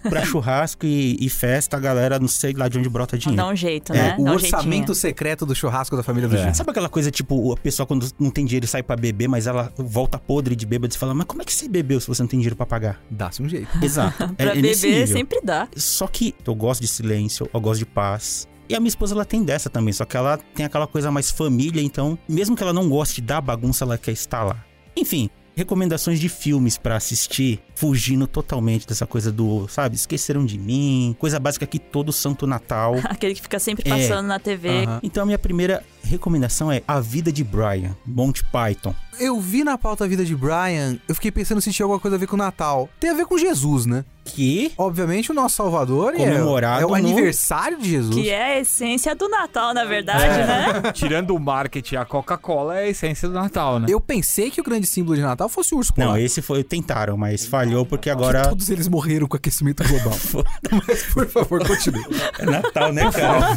pra churrasco e, e festa, a galera não sei lá de onde brota dinheiro.
Dá um jeito,
É,
né?
O
Dá um
orçamento
jeitinho.
secreto do churrasco da família do Gil.
Sabe aquela coisa, tipo, a pessoa quando não tem dinheiro sai pra beber, mas ela volta podre de bêbado e fala, mas como é que você bebeu se você não tem dinheiro pra pagar?
Dá-se um jeito.
Exato.
(laughs)
é,
Pra
é nesse
beber
nível.
sempre dá.
Só que eu gosto de silêncio, eu gosto de paz. E a minha esposa, ela tem dessa também, só que ela tem aquela coisa mais família, então, mesmo que ela não goste da bagunça, ela quer estar lá. Enfim, recomendações de filmes pra assistir, fugindo totalmente dessa coisa do, sabe, esqueceram de mim, coisa básica que todo
(laughs)
santo Natal.
Aquele que fica sempre
É.
passando na TV.
Aham.
Então, a minha primeira recomendação é A Vida de Brian, Monty Python.
Eu vi na pauta a vida de Brian, eu fiquei pensando se tinha alguma coisa a ver com o Natal. Tem a ver com Jesus, né?
Que
Obviamente o nosso Salvador e é-
Comemorado
é, o
no-
aniversário de Jesus.
Que é a essência do Natal, na
É.
verdade, né?
Tirando o marketing, a Coca-Cola é a essência do Natal, né?
Eu pensei que o grande símbolo de Natal fosse o urso
Não,
polar.
esse foi. Tentaram, mas falhou porque
Que
agora.
Todos eles morreram com aquecimento global. (laughs) Mas, por favor, continue.
É Natal, né, cara?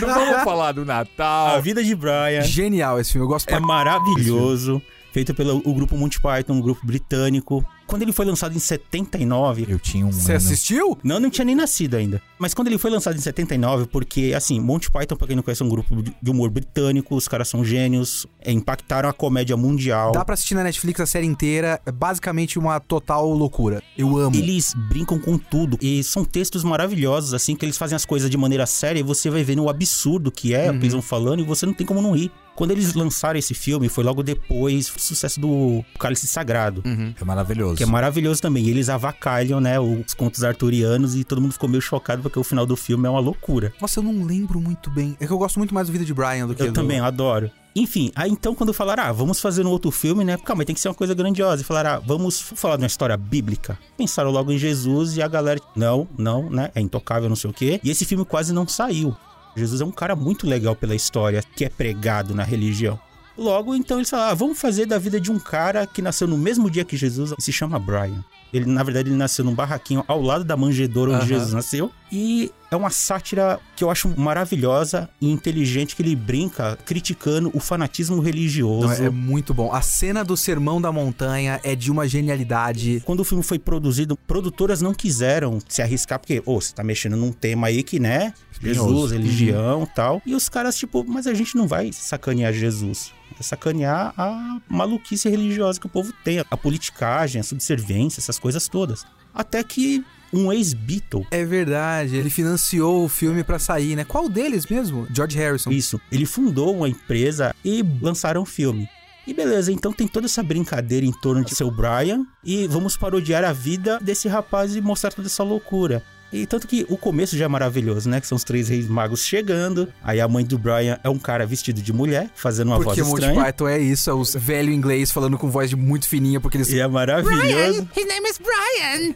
Vamos falar do
A
Natal.
vida de Brian
Genial esse filme, eu gosto
é
pra
maravilhoso. Feito pelo o grupo Monty Python, um grupo britânico. Quando ele foi lançado em 79,
Eu tinha um
Você assistiu?
Não, não tinha nem nascido ainda. Mas quando ele foi lançado em 79, porque, assim, Monty Python, pra quem não conhece, é um grupo de humor britânico, os caras são gênios, é, impactaram a comédia mundial.
Dá pra assistir na Netflix a série inteira. É basicamente uma total loucura. Eu amo.
Eles brincam com tudo. E são textos maravilhosos, assim, que eles fazem as coisas de maneira séria e você vai vendo o absurdo que é, o
Uhum.
que eles vão falando, e você não tem como não rir. Quando eles lançaram esse filme, foi logo depois do sucesso do Cálice Sagrado.
Uhum.
É maravilhoso.
Que é maravilhoso também. E eles avacalham, né, os contos arturianos e todo mundo ficou meio chocado porque o final do filme é uma loucura.
Nossa, eu não lembro muito bem. É que eu gosto muito mais do Vida de Brian do que
Eu
do...
também, eu adoro. Enfim, aí então quando falaram, ah, vamos fazer um outro filme, né? Calma, mas tem que ser uma coisa grandiosa. E falaram, ah, vamos falar de uma história bíblica. Pensaram logo em Jesus e a galera, não, não, né? É intocável, não sei o quê. E esse filme quase não saiu. Jesus é um cara muito legal pela história, que é pregado na religião. Logo, então eles falaram, ah, vamos fazer da vida de um cara que nasceu no mesmo dia que Jesus, e se chama Brian. Ele, na verdade, ele nasceu num barraquinho ao lado da manjedoura onde
Aham.
Jesus nasceu. E é uma sátira que eu acho maravilhosa e inteligente, que ele brinca criticando o fanatismo religioso.
Não, é é muito bom. A cena do Sermão da Montanha é de uma genialidade.
Quando o filme foi produzido, produtoras não quiseram se arriscar, porque, ô, você tá mexendo num tema aí que, né? Jesus,
Uhum.
religião e tal. E os caras, tipo, mas a gente não vai sacanear Jesus. É sacanear a maluquice religiosa que o povo tem, a politicagem, a subserviência, essas coisas todas. Até que um ex-Beatle
É verdade, ele financiou o filme pra sair, né? Qual deles mesmo? George Harrison.
Isso. Ele fundou uma empresa e lançaram o filme. E beleza, então tem toda essa brincadeira em torno de seu Brian e vamos parodiar a vida desse rapaz e mostrar toda essa loucura. E tanto que o começo já é maravilhoso, né? Que são os três reis magos chegando. Aí a mãe do Brian é um cara vestido de mulher, fazendo uma
Porque o
voz
Monty
estranha.
Python é isso, é os velho inglês falando com voz de muito fininha, porque eles...
E é maravilhoso.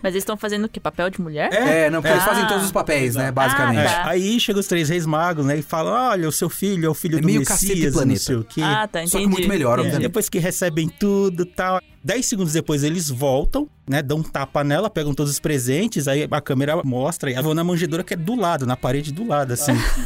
Mas eles estão fazendo o quê? Papel de mulher?
É, não, porque eles
Ah.
fazem todos os papéis, né? Basicamente.
É,
Ah, tá.
Aí chegam os três reis magos, né? E falam: Olha, o seu filho é o filho
É
do
meio Cacete
Messias, e não
Planeta.
sei o quê.
Ah, tá, entendi.
Só que muito melhor,
É,
obviamente.
depois que recebem tudo e tal. Dez segundos depois eles voltam, né? Dão um tapa nela, pegam todos os presentes, aí a câmera mostra e vão na manjedoura que é do lado, na parede do lado, assim.
(laughs)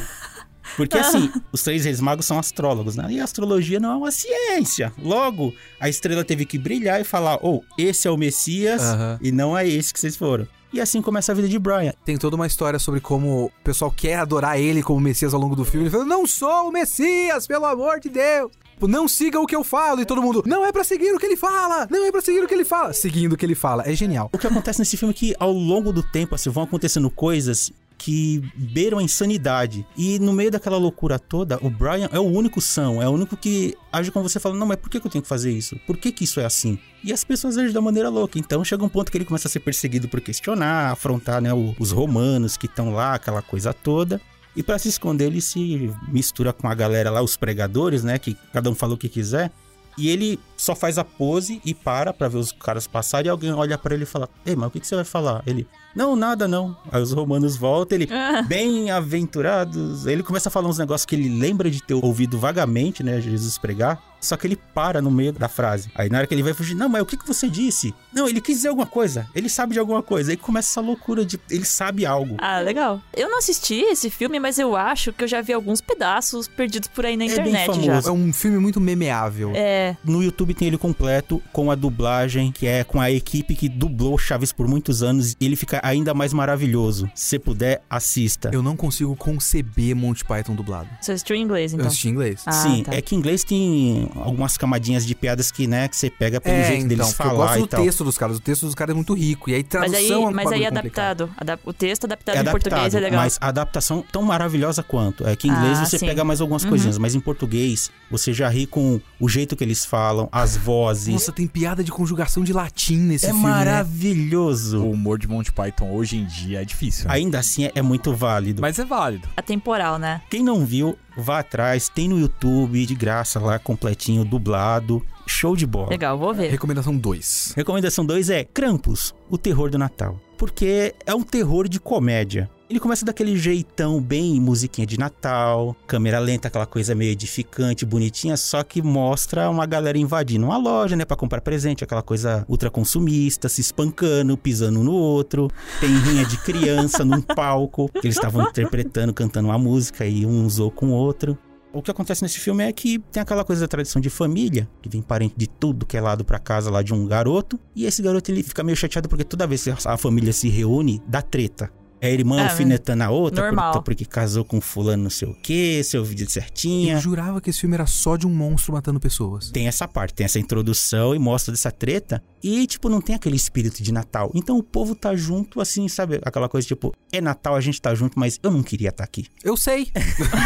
Porque
Ah.
assim, os três reis magos são astrólogos, né? E a astrologia não é uma ciência. Logo, a estrela teve que brilhar e falar: ou esse é o Messias
Aham.
e não é esse que vocês foram. E assim começa a vida de Brian.
Tem toda uma história sobre como o pessoal quer adorar ele como Messias ao longo do filme. Ele fala, não sou o Messias, pelo amor de Deus. Tipo, Não siga o que eu falo. E todo mundo, não é pra seguir o que ele fala. Não é pra seguir o que ele fala. Seguindo o que ele fala. É genial.
O que acontece nesse filme é que ao longo do tempo assim, vão acontecendo coisas que beiram a insanidade. E no meio daquela loucura toda, o Brian é o único são, é o único que age com você falando, não, mas por que que eu tenho que fazer isso? Por que que isso é assim? E as pessoas agem da maneira louca. Então chega um ponto que ele começa a ser perseguido por questionar, afrontar né, o- os romanos que estão lá, aquela coisa toda. E pra se esconder, ele se mistura com a galera lá, os pregadores, né? Que cada um fala o que quiser. E ele só faz a pose e para pra ver os caras passarem. E alguém olha pra ele e fala: Ei, mas o que, que você vai falar? Ele: Não, nada não. Aí os romanos voltam. Ele: Bem-aventurados. Ele começa a falar uns negócios que ele lembra de ter ouvido vagamente, né? Jesus pregar. Só que ele para no meio da frase. Aí na hora que ele vai fugir, não, mas o que, que você disse? Não, ele quis dizer alguma coisa. Ele sabe de alguma coisa. Aí começa essa loucura de ele sabe algo.
Ah, legal. Eu não assisti esse filme, mas eu acho que eu já vi alguns pedaços perdidos por aí na
bem
internet
famoso.
É um filme muito memeável.
já. É.
No YouTube tem ele completo com a dublagem, que é com a equipe que dublou Chaves por muitos anos. E ele fica ainda mais maravilhoso. Se puder, assista.
Eu não consigo conceber Monty Python dublado.
Você assistiu em inglês,
Eu
então.
assisti em inglês.
Ah,
Sim,
tá.
é que em inglês tem algumas camadinhas de piadas que, né, que você pega pelo jeito deles
porque eu
falar e
É, então, gosto do
tal.
texto dos caras. O texto dos caras é muito rico. E aí tradução
Mas aí,
é um
mas aí
bagulho
é
complicado.
adaptado. Adap- o texto adaptado
É
em português é legal.
mas a adaptação tão maravilhosa quanto. É que em inglês
Ah,
você
sim.
pega mais algumas
Uhum.
coisinhas, mas em português você já ri com o jeito que eles falam, as vozes.
Nossa, tem piada de conjugação de latim nesse
é
filme. né?
maravilhoso.
O humor de Monty Python hoje em dia é difícil. né?
Ainda assim é, é muito válido.
Mas é válido.
Atemporal, né?
Quem não viu, vá atrás, tem no YouTube de graça lá, completinho, dublado. Show de bola.
Legal, vou ver.
Recomendação 2.
Recomendação 2 é Krampus, o terror do Natal. Porque é um terror de comédia. Ele começa daquele jeitão bem musiquinha de Natal, câmera lenta, aquela coisa meio edificante, bonitinha, só que mostra uma galera invadindo uma loja, né, Pra comprar presente, aquela coisa ultra consumista, se espancando, pisando um no outro. Tem rinha de criança num palco, que eles estavam interpretando, cantando uma música e um usou com o outro. O que acontece nesse filme é que tem aquela coisa da tradição de família, que vem parente de tudo que é lado pra casa lá de um garoto, e esse garoto ele fica meio chateado porque toda vez que a família se reúne, dá treta. É a irmã
Ah,
alfinetando a outra por-
normal.
porque, casou com fulano não sei o que, seu vídeo certinha.
Eu jurava que esse filme era só de um monstro matando pessoas.
Tem essa parte, tem essa introdução e mostra dessa treta. E, tipo, não tem aquele espírito de Natal. Então o povo tá junto, assim, sabe? Aquela coisa, tipo, é Natal, a gente tá junto, mas eu não queria estar aqui.
Eu sei.
(laughs)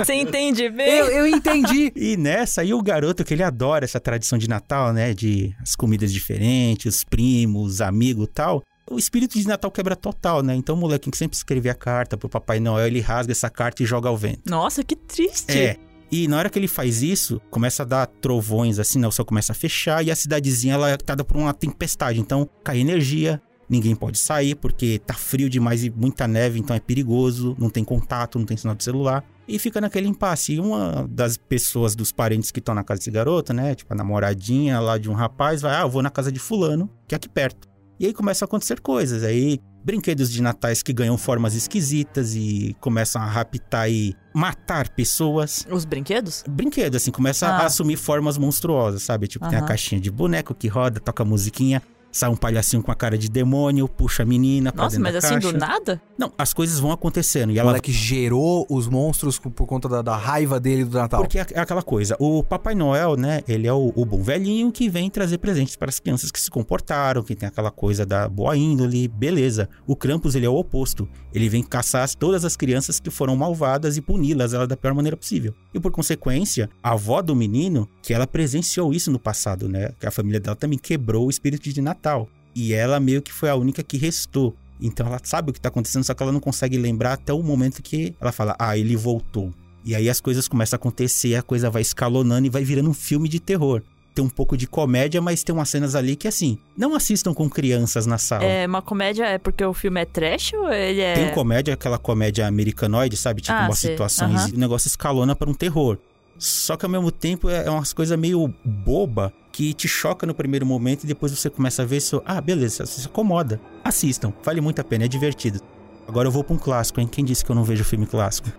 Você entende bem?
eu, eu entendi.
(laughs) E nessa, aí o garoto que ele adora essa tradição de Natal, né? De as comidas diferentes, os primos, os amigos e tal. O espírito de Natal quebra total, né? Então o molequinho que sempre escrevia a carta pro Papai Noel, ele rasga essa carta e joga ao vento.
Nossa, que triste.
É. E na hora que ele faz isso, começa a dar trovões assim, né? O céu começa a fechar e a cidadezinha ela é atada por uma tempestade. Então cai energia, ninguém pode sair porque tá frio demais e muita neve, então é perigoso, não tem contato, não tem sinal de celular. E fica naquele impasse. E uma das pessoas, dos parentes que estão na casa desse garoto, né? Tipo, a namoradinha lá de um rapaz, vai, ah, eu vou na casa de fulano, que é aqui perto. E aí começam a acontecer coisas. Aí brinquedos de natais que ganham formas esquisitas e começam a raptar e matar pessoas
Os brinquedos?
brinquedo, assim, começa a
Ah.
assumir formas monstruosas, sabe? Tipo, tem a
Aham.
caixinha de boneco que roda, toca musiquinha, sai um palhacinho com a cara de demônio, puxa a menina pra
Nossa,
Tá dentro
mas
da
assim,
caixa.
do nada?
Não, as coisas vão acontecendo e
O
ela...
moleque gerou os monstros por por conta da, da raiva dele do Natal.
Porque é é aquela coisa, o Papai Noel, né, ele é o, o bom velhinho que vem trazer presentes para as crianças que se comportaram, que tem aquela coisa da boa índole, beleza. O Krampus, ele é o oposto. Ele vem caçar todas as crianças que foram malvadas e puni-las ela da pior maneira possível. E por consequência, a avó do menino, que ela presenciou isso no passado, né, que a família dela também quebrou o espírito de Natal. E ela meio que foi a única que restou. Então ela sabe o que tá acontecendo, só que ela não consegue lembrar até o momento que ela fala: "Ah, ele voltou". E aí as coisas começam a acontecer, a coisa vai escalonando e vai virando um filme de terror. Tem um pouco de comédia, mas tem umas cenas ali que assim, não assistam com crianças na sala.
É uma comédia, é porque o filme é trash ou ele é.
Tá. Tem um comédia, aquela comédia americanoide, sabe? Tipo,
Ah,
umas
sei.
situações
Aham.
e o negócio escalona pra um terror. Só que ao mesmo tempo é é umas coisas meio boba que te choca no primeiro momento e depois você começa a ver isso. Ah, beleza, você se acomoda. Assistam, vale muito a pena, é divertido. Agora eu vou pra um clássico, hein? Quem disse que eu não vejo filme clássico?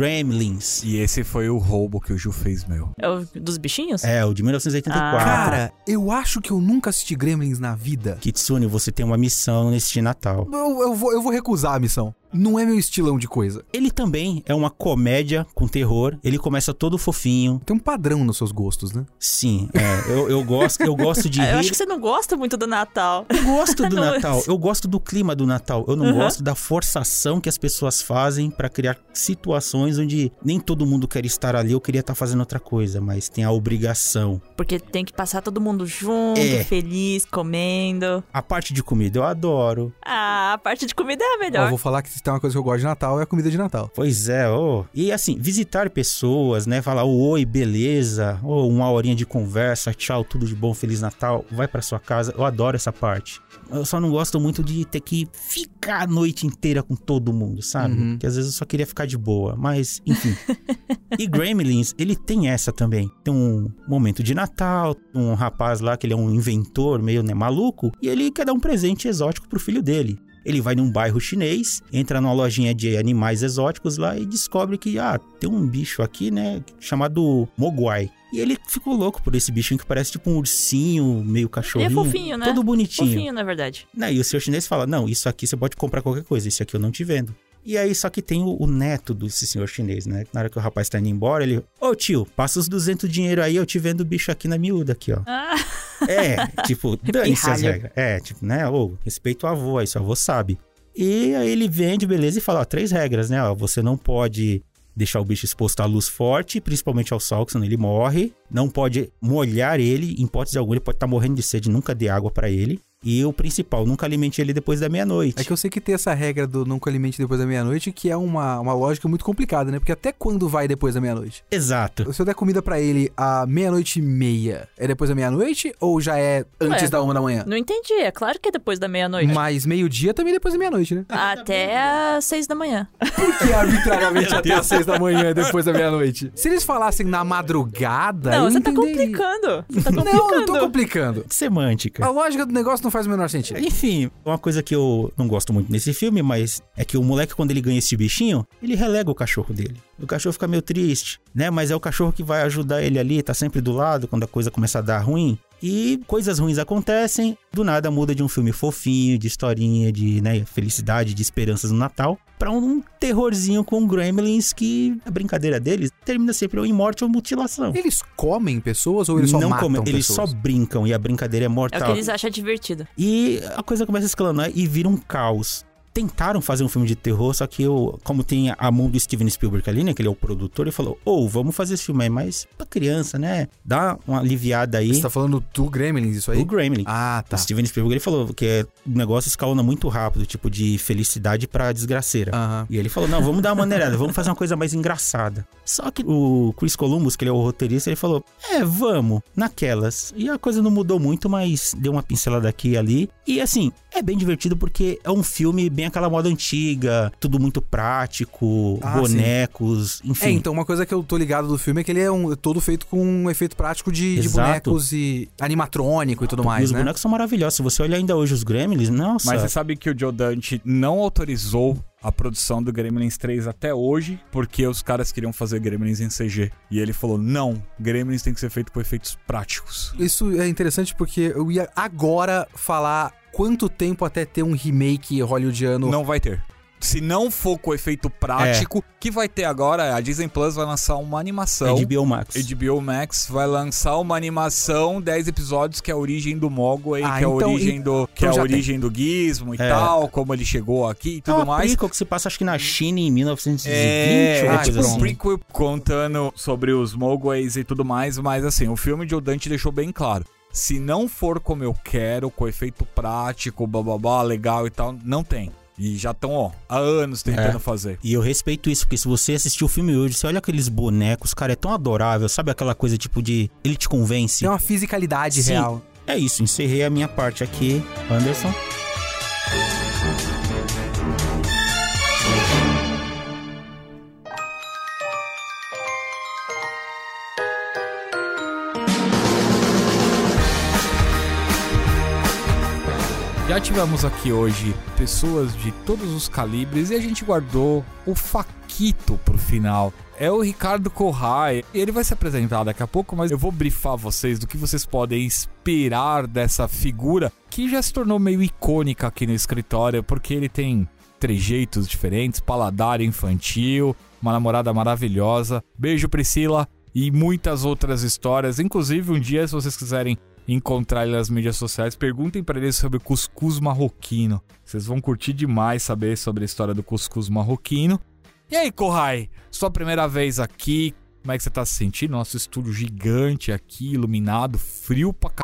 Gremlins.
E esse foi o roubo que o Ju fez, meu.
É o dos bichinhos?
É, o de
Ah.
1984.
Cara, eu acho que eu nunca assisti Gremlins na vida.
Kitsune, você tem uma missão neste Natal.
Eu, eu vou, eu vou recusar a missão. Não é meu estilão de coisa.
Ele também é uma comédia com terror. Ele começa todo fofinho.
Tem um padrão nos seus gostos, né?
Sim, é, eu, eu gosto, eu gosto de
Ah, (laughs) Eu
rir.
acho que você não gosta muito do Natal.
Eu gosto
(laughs)
do
Não,
Natal, eu gosto do clima do Natal. Eu não
Uhum.
gosto da forçação que as pessoas fazem pra criar situações onde nem todo mundo quer estar ali. Eu queria estar fazendo outra coisa, mas tem a obrigação.
Porque tem que passar todo mundo junto,
É.
feliz, comendo.
A parte de comida eu adoro.
Ah, a parte de comida é a
Ó, eu
melhor.
vou falar que se tem uma coisa que eu gosto de Natal é a comida de Natal.
Pois é, ô. E assim, visitar pessoas, né? Falar oi, beleza. Ou uma horinha de conversa, tchau, tudo de bom, Feliz Natal. Vai pra sua casa. Eu adoro essa parte. Eu só não gosto muito de ter que ficar a noite inteira com todo mundo, sabe?
Uhum.
Porque às vezes eu só queria ficar de boa, mas enfim. e Gremlins, ele tem essa também. Tem um momento de Natal, um rapaz lá que ele é um inventor meio né, maluco, e ele quer dar um presente exótico pro filho dele. Ele vai num bairro chinês, entra numa lojinha de animais exóticos lá e descobre que, ah, tem um bicho aqui, né, chamado Mogwai. E ele ficou louco por esse bichinho que parece tipo um ursinho, meio
E é
cachorrinho.
fofinho, né?
Todo bonitinho.
Fofinho, na verdade.
Né, E o seu chinês fala: Não, isso aqui você pode comprar qualquer coisa, isso aqui eu não te vendo. E aí, só que tem o, o neto desse senhor chinês, né? Na hora que o rapaz tá indo embora, ele. Ô tio, passa os 200 dinheiro aí, eu te vendo o bicho aqui na miúda, aqui, ó.
Ah,
É,
(laughs)
tipo,
(laughs)
dane-se as
Pirralho.
regras. É, tipo, né? Ô, respeito o avô, aí seu avô sabe. E aí ele vende, beleza, e fala: Ó, três regras, né? Ó, você não pode deixar o bicho exposto à luz forte, principalmente ao sol, que senão ele morre. Não pode molhar ele, em hipótese alguma, ele pode estar morrendo de sede, nunca dê água pra ele. E o principal, nunca alimente ele depois da meia-noite.
É que eu sei que tem essa regra do nunca alimente depois da meia-noite, que é uma, uma lógica muito complicada, né? Porque até quando vai depois da meia-noite?
Exato.
Se eu der comida pra ele à meia-noite e meia, é depois da meia-noite ou já é antes
Ué.
da uma da manhã?
não entendi. É claro que é depois da meia-noite.
Mas meio-dia também é depois da meia-noite, né?
Até às seis da manhã.
Que (laughs) arbitrariamente até às seis da manhã é depois da meia-noite. Se eles falassem na madrugada,
não,
eu
você tá
entenderia.
complicando. Você tá complicando.
Não, eu não tô complicando.
Semântica.
A lógica do negócio não faz o menor sentido.
Enfim, uma coisa que eu não gosto muito nesse filme, mas é que o moleque, quando ele ganha esse bichinho, ele relega o cachorro dele. O cachorro fica meio triste, né? Mas é o cachorro que vai ajudar ele ali, tá sempre do lado quando a coisa começa a dar ruim. E coisas ruins acontecem, do nada muda de um filme fofinho, de historinha, de né, felicidade, de esperanças no Natal, pra um terrorzinho com gremlins que a brincadeira deles termina sempre ou em morte ou mutilação.
Eles comem pessoas ou eles só matam
comem, eles só
pessoas?
brincam e a brincadeira é
É
mortal.
o que eles acham divertido.
E a coisa começa a escalonar e vira um caos. Tentaram fazer um filme de terror, só que eu, como tem a mão do Steven Spielberg ali, né? Que ele é o produtor, ele falou: Ô, vamos fazer esse filme aí, mas pra criança, né? Dá uma aliviada aí.
Você tá falando do Gremlins, isso aí?
O Gremlin.
Ah, tá.
O Steven Spielberg ele falou que é, o negócio escalona muito rápido, tipo de felicidade pra desgraceira.
Aham.
E ele falou: não, vamos dar uma maneirada, vamos fazer uma coisa mais engraçada. Só que o Chris Columbus, que ele é o roteirista, ele falou: é, vamos, naquelas. E a coisa não mudou muito, mas deu uma pincelada aqui e ali. E assim, é bem divertido porque é um filme bem aquela moda antiga, tudo muito prático,
Ah,
bonecos, enfim.
É, então uma coisa que eu tô ligado do filme é que ele é um, todo feito com um efeito prático de, de
Exato.
bonecos e animatrônico e tudo
e
mais,
os
né?
bonecos são maravilhosos. Se você olhar ainda hoje os Gremlins, nossa.
Mas você sabe que o Joe Dante não autorizou a produção do Gremlins 3 até hoje, porque os caras queriam fazer Gremlins em CG. E ele falou: não, Gremlins tem que ser feito com efeitos práticos.
Isso é interessante porque eu ia agora falar quanto tempo até ter um remake hollywoodiano.
Não vai ter. Se não for com efeito prático, que vai ter agora? A Disney Plus vai lançar uma animação.
é de Biomax.
HBO Max vai lançar uma animação, 10 episódios, que é a origem do Mogwai,
Ah,
que é a
então-
origem do, que é a
já tem.
origem do Gizmo e
É.
tal, como ele chegou aqui e
É
tudo
uma
mais.
prequel que se passa acho que na China em 1920
É,
ou
é
uma
tipo
coisa
um
assim.
prequel contando sobre os Mogwais e tudo mais, mas assim, o filme de O Dante deixou bem claro. Se não for como eu quero, com efeito prático, bababá, legal e tal, não tem. E já estão, ó, há anos tentando fazer.
E eu respeito isso, porque se você assistir o filme hoje, você olha aqueles bonecos, cara, é tão adorável, sabe aquela coisa tipo de. Ele te convence.
Tem uma fisicalidade
Sim.
real.
É isso, encerrei a minha parte aqui, Anderson.
Já tivemos aqui hoje pessoas de todos os calibres e a gente guardou o Faquito pro final. É o Ricardo Corrai. Ele vai se apresentar daqui a pouco, mas eu vou brifar vocês do que vocês podem esperar dessa figura que já se tornou meio icônica aqui no escritório, porque ele tem trejeitos diferentes, paladar infantil, uma namorada maravilhosa. Beijo, Priscila, e muitas outras histórias. Inclusive, um dia, se vocês quiserem encontrar ele nas mídias sociais, perguntem pra ele sobre cuscuz marroquino. Vocês vão curtir demais saber sobre a história do cuscuz marroquino. E aí, Corrai, sua primeira vez aqui, como é que você tá se sentindo? Nosso estúdio gigante aqui, iluminado, frio pra c...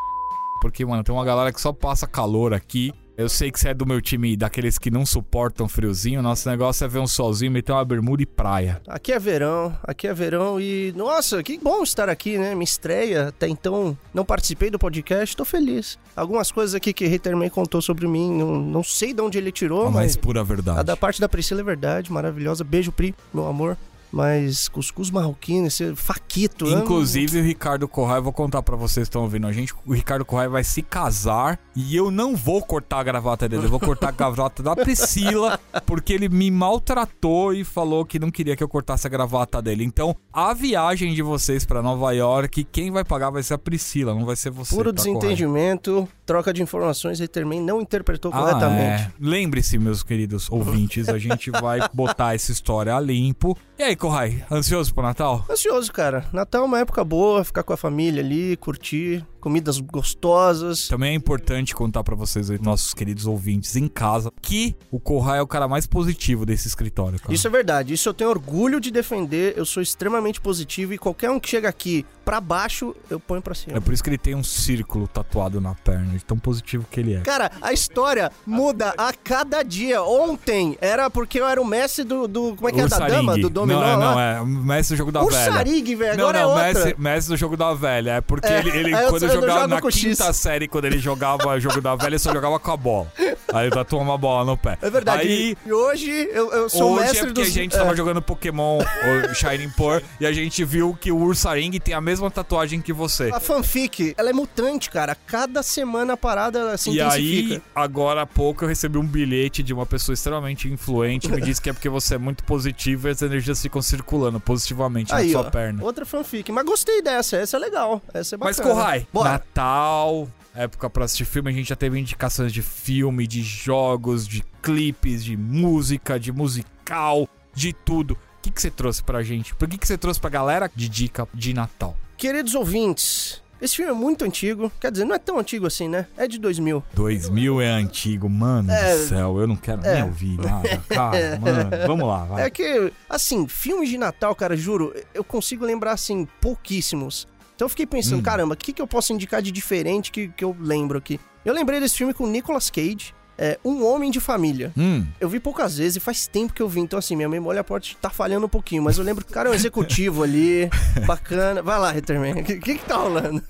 Porque, mano, tem uma galera que só passa calor aqui. Eu sei que você é do meu time daqueles que não suportam friozinho. Nosso negócio é ver um solzinho, meter uma bermuda e praia.
Aqui é verão, aqui é verão e nossa, que bom estar aqui, né? Me estreia. Até então não participei do podcast, tô feliz. Algumas coisas aqui que Haterman contou sobre mim, não, não sei de onde ele tirou,
a mais
mas
pura verdade.
a da parte da Priscila é verdade, maravilhosa. Beijo, Pri, meu amor. Mas cuscuz marroquino, esse faquito. eu não-
Inclusive, o Ricardo Corrai, eu vou contar pra vocês que estão ouvindo a gente. O Ricardo Corrai vai se casar e eu não vou cortar a gravata dele. Eu vou cortar a gravata
(laughs)
da Priscila, porque ele me maltratou e falou que não queria que eu cortasse a gravata dele. Então, a viagem de vocês pra Nova York, quem vai pagar vai ser a Priscila, não vai ser você.
Puro
tá,
desentendimento, troca de informações, Haterman não interpretou
Corrai?
corretamente.
Ah, é. Lembre-se, meus queridos ouvintes, a
(laughs)
gente vai botar essa história a limpo. E aí, Corrai, ansioso pro Natal?
Ansioso, cara. Natal é uma época boa, ficar com a família ali, curtir, comidas gostosas.
Também é importante contar pra vocês, nossos queridos ouvintes em casa, que o Corra é o cara mais positivo desse escritório, cara.
Isso é verdade, isso eu tenho orgulho de defender, eu sou extremamente positivo e qualquer um que chega aqui pra baixo, eu ponho pra cima.
É por isso que ele tem um círculo tatuado na perna, de tão positivo que ele é.
Cara, a história muda a cada dia. Ontem era porque eu era o Messi do. do- como é que é? Da
Ursaring.
dama? Do dominó
Não, é, não,
lá?
é. O Messi do jogo da velha.
Ursaring, velho, agora
não, não,
é outra.
Messi, Messi do jogo da velha. É porque
É,
ele, ele
aí eu
quando
só- eu não
jogava
jogo
na
com X.
quinta série, quando ele jogava jogo da velha, ele só jogava com a bola. Aí ele tatuou uma bola no pé.
É verdade.
Aí,
E hoje eu, eu sou o
Hoje
mestre
é porque
dos.
a gente
é.
tava jogando Pokémon o Shining Pearl e a gente viu que o Ursaring tem a mesma tatuagem que você.
A fanfic, ela é mutante, cara. Cada semana a parada ela se
E
assim, intensifica.
aí, agora há pouco eu recebi um bilhete de uma pessoa extremamente influente me disse que é porque você é muito positivo e as energias ficam circulando positivamente
Aí,
na
ó,
sua perna.
outra fanfic. Mas gostei dessa, essa é legal. Essa é
Mas
bacana.
Kohai,
Bora.
Natal, época pra assistir filme, a gente já teve indicações de filme, de jogos, de clipes, de música, de musical, de tudo. O que, que você trouxe pra gente? Por que, que você trouxe pra galera de dica de Natal?
Queridos ouvintes, esse filme é muito antigo. Quer dizer, não é tão antigo assim, né? É de 2000.
2000 é antigo, mano
É.
do céu. Eu não quero
(laughs) É.
nem ouvir nada, cara. Mano, vamos lá, vai.
É que, assim, filmes de Natal, cara, juro, eu consigo lembrar, assim, pouquíssimos. Então eu fiquei pensando,
Hum.
caramba, o que, que eu posso indicar de diferente que, que eu lembro aqui? Eu lembrei desse filme com o Nicolas Cage, é, Um Homem de Família.
Hum,
Eu vi poucas vezes e faz tempo que eu vi, então assim, minha memória pode estar falhando um pouquinho, mas eu lembro que o cara é um executivo
(laughs)
ali, bacana. Vai lá, Hitterman, o que, que que tá rolando?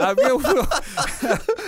A
(laughs)
minha-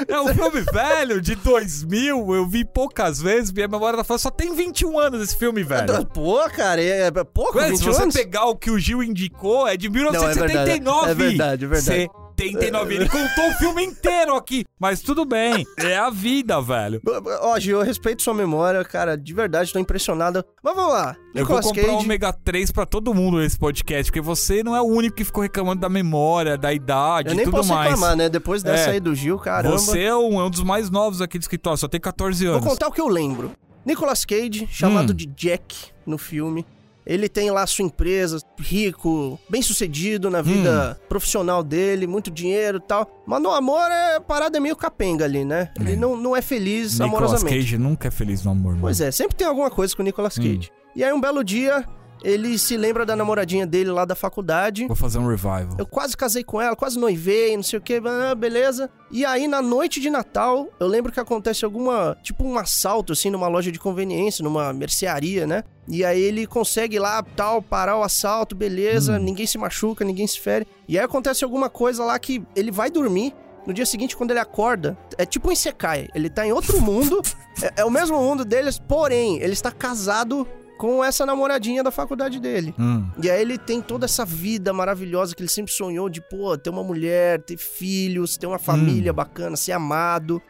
é um filme velho, de 2000. Eu vi poucas vezes. Minha memória tá falando, só tem 21 anos esse filme, velho.
Pô, cara, é, é pouco,
Ué,
20
se você
anos?
pegar o que o Gil indicou, é de
Não, é verdade,
1979.
é verdade, é verdade.
79. Ele contou o filme inteiro aqui. Mas tudo bem. É a vida, velho.
Ó, Gil, eu respeito sua memória, cara, de verdade, tô impressionado. Mas vamos lá,
Eu vou
Nicolas
comprar um
Cage...
ômega 3 pra todo mundo nesse podcast, porque você não é o único que ficou reclamando da memória, da idade
Eu
e
nem
tudo
posso
mais.
reclamar, né? Depois dessa
É.
aí do Gil, caramba.
Você é um, é um dos mais novos aqui do escritório, só tem 14
Vou
anos.
contar o que eu lembro. Nicolas Cage, chamado
Hum.
de Jack no filme. Ele tem lá sua empresa, rico, bem sucedido na vida
Hum.
profissional dele, muito dinheiro e tal. Mas no amor, é a parada é meio capenga ali, né? Ele não, não é feliz
Nicolas
amorosamente.
Cage nunca é feliz no amor, mano.
Pois é, sempre tem alguma coisa com o Nicolas
Hum.
Cage. E aí, um belo dia, ele se lembra da namoradinha dele lá da faculdade.
Vou fazer um revival.
Eu quase casei com ela, quase noivei, não sei o que, beleza. E aí, na noite de Natal, eu lembro que acontece alguma. Tipo um assalto, assim, numa loja de conveniência, numa mercearia, né? E aí ele consegue lá, tal, parar o assalto, beleza, ninguém se machuca, ninguém se fere. E aí acontece alguma coisa lá que ele vai dormir. No dia seguinte, quando ele acorda, é tipo um Isekai. Ele tá em outro (laughs) mundo, é, é o mesmo mundo deles, porém, ele está casado com essa namoradinha da faculdade dele.
Hum.
E aí ele tem toda essa vida maravilhosa que ele sempre sonhou de, pô, ter uma mulher, ter filhos, ter uma família bacana, ser amado.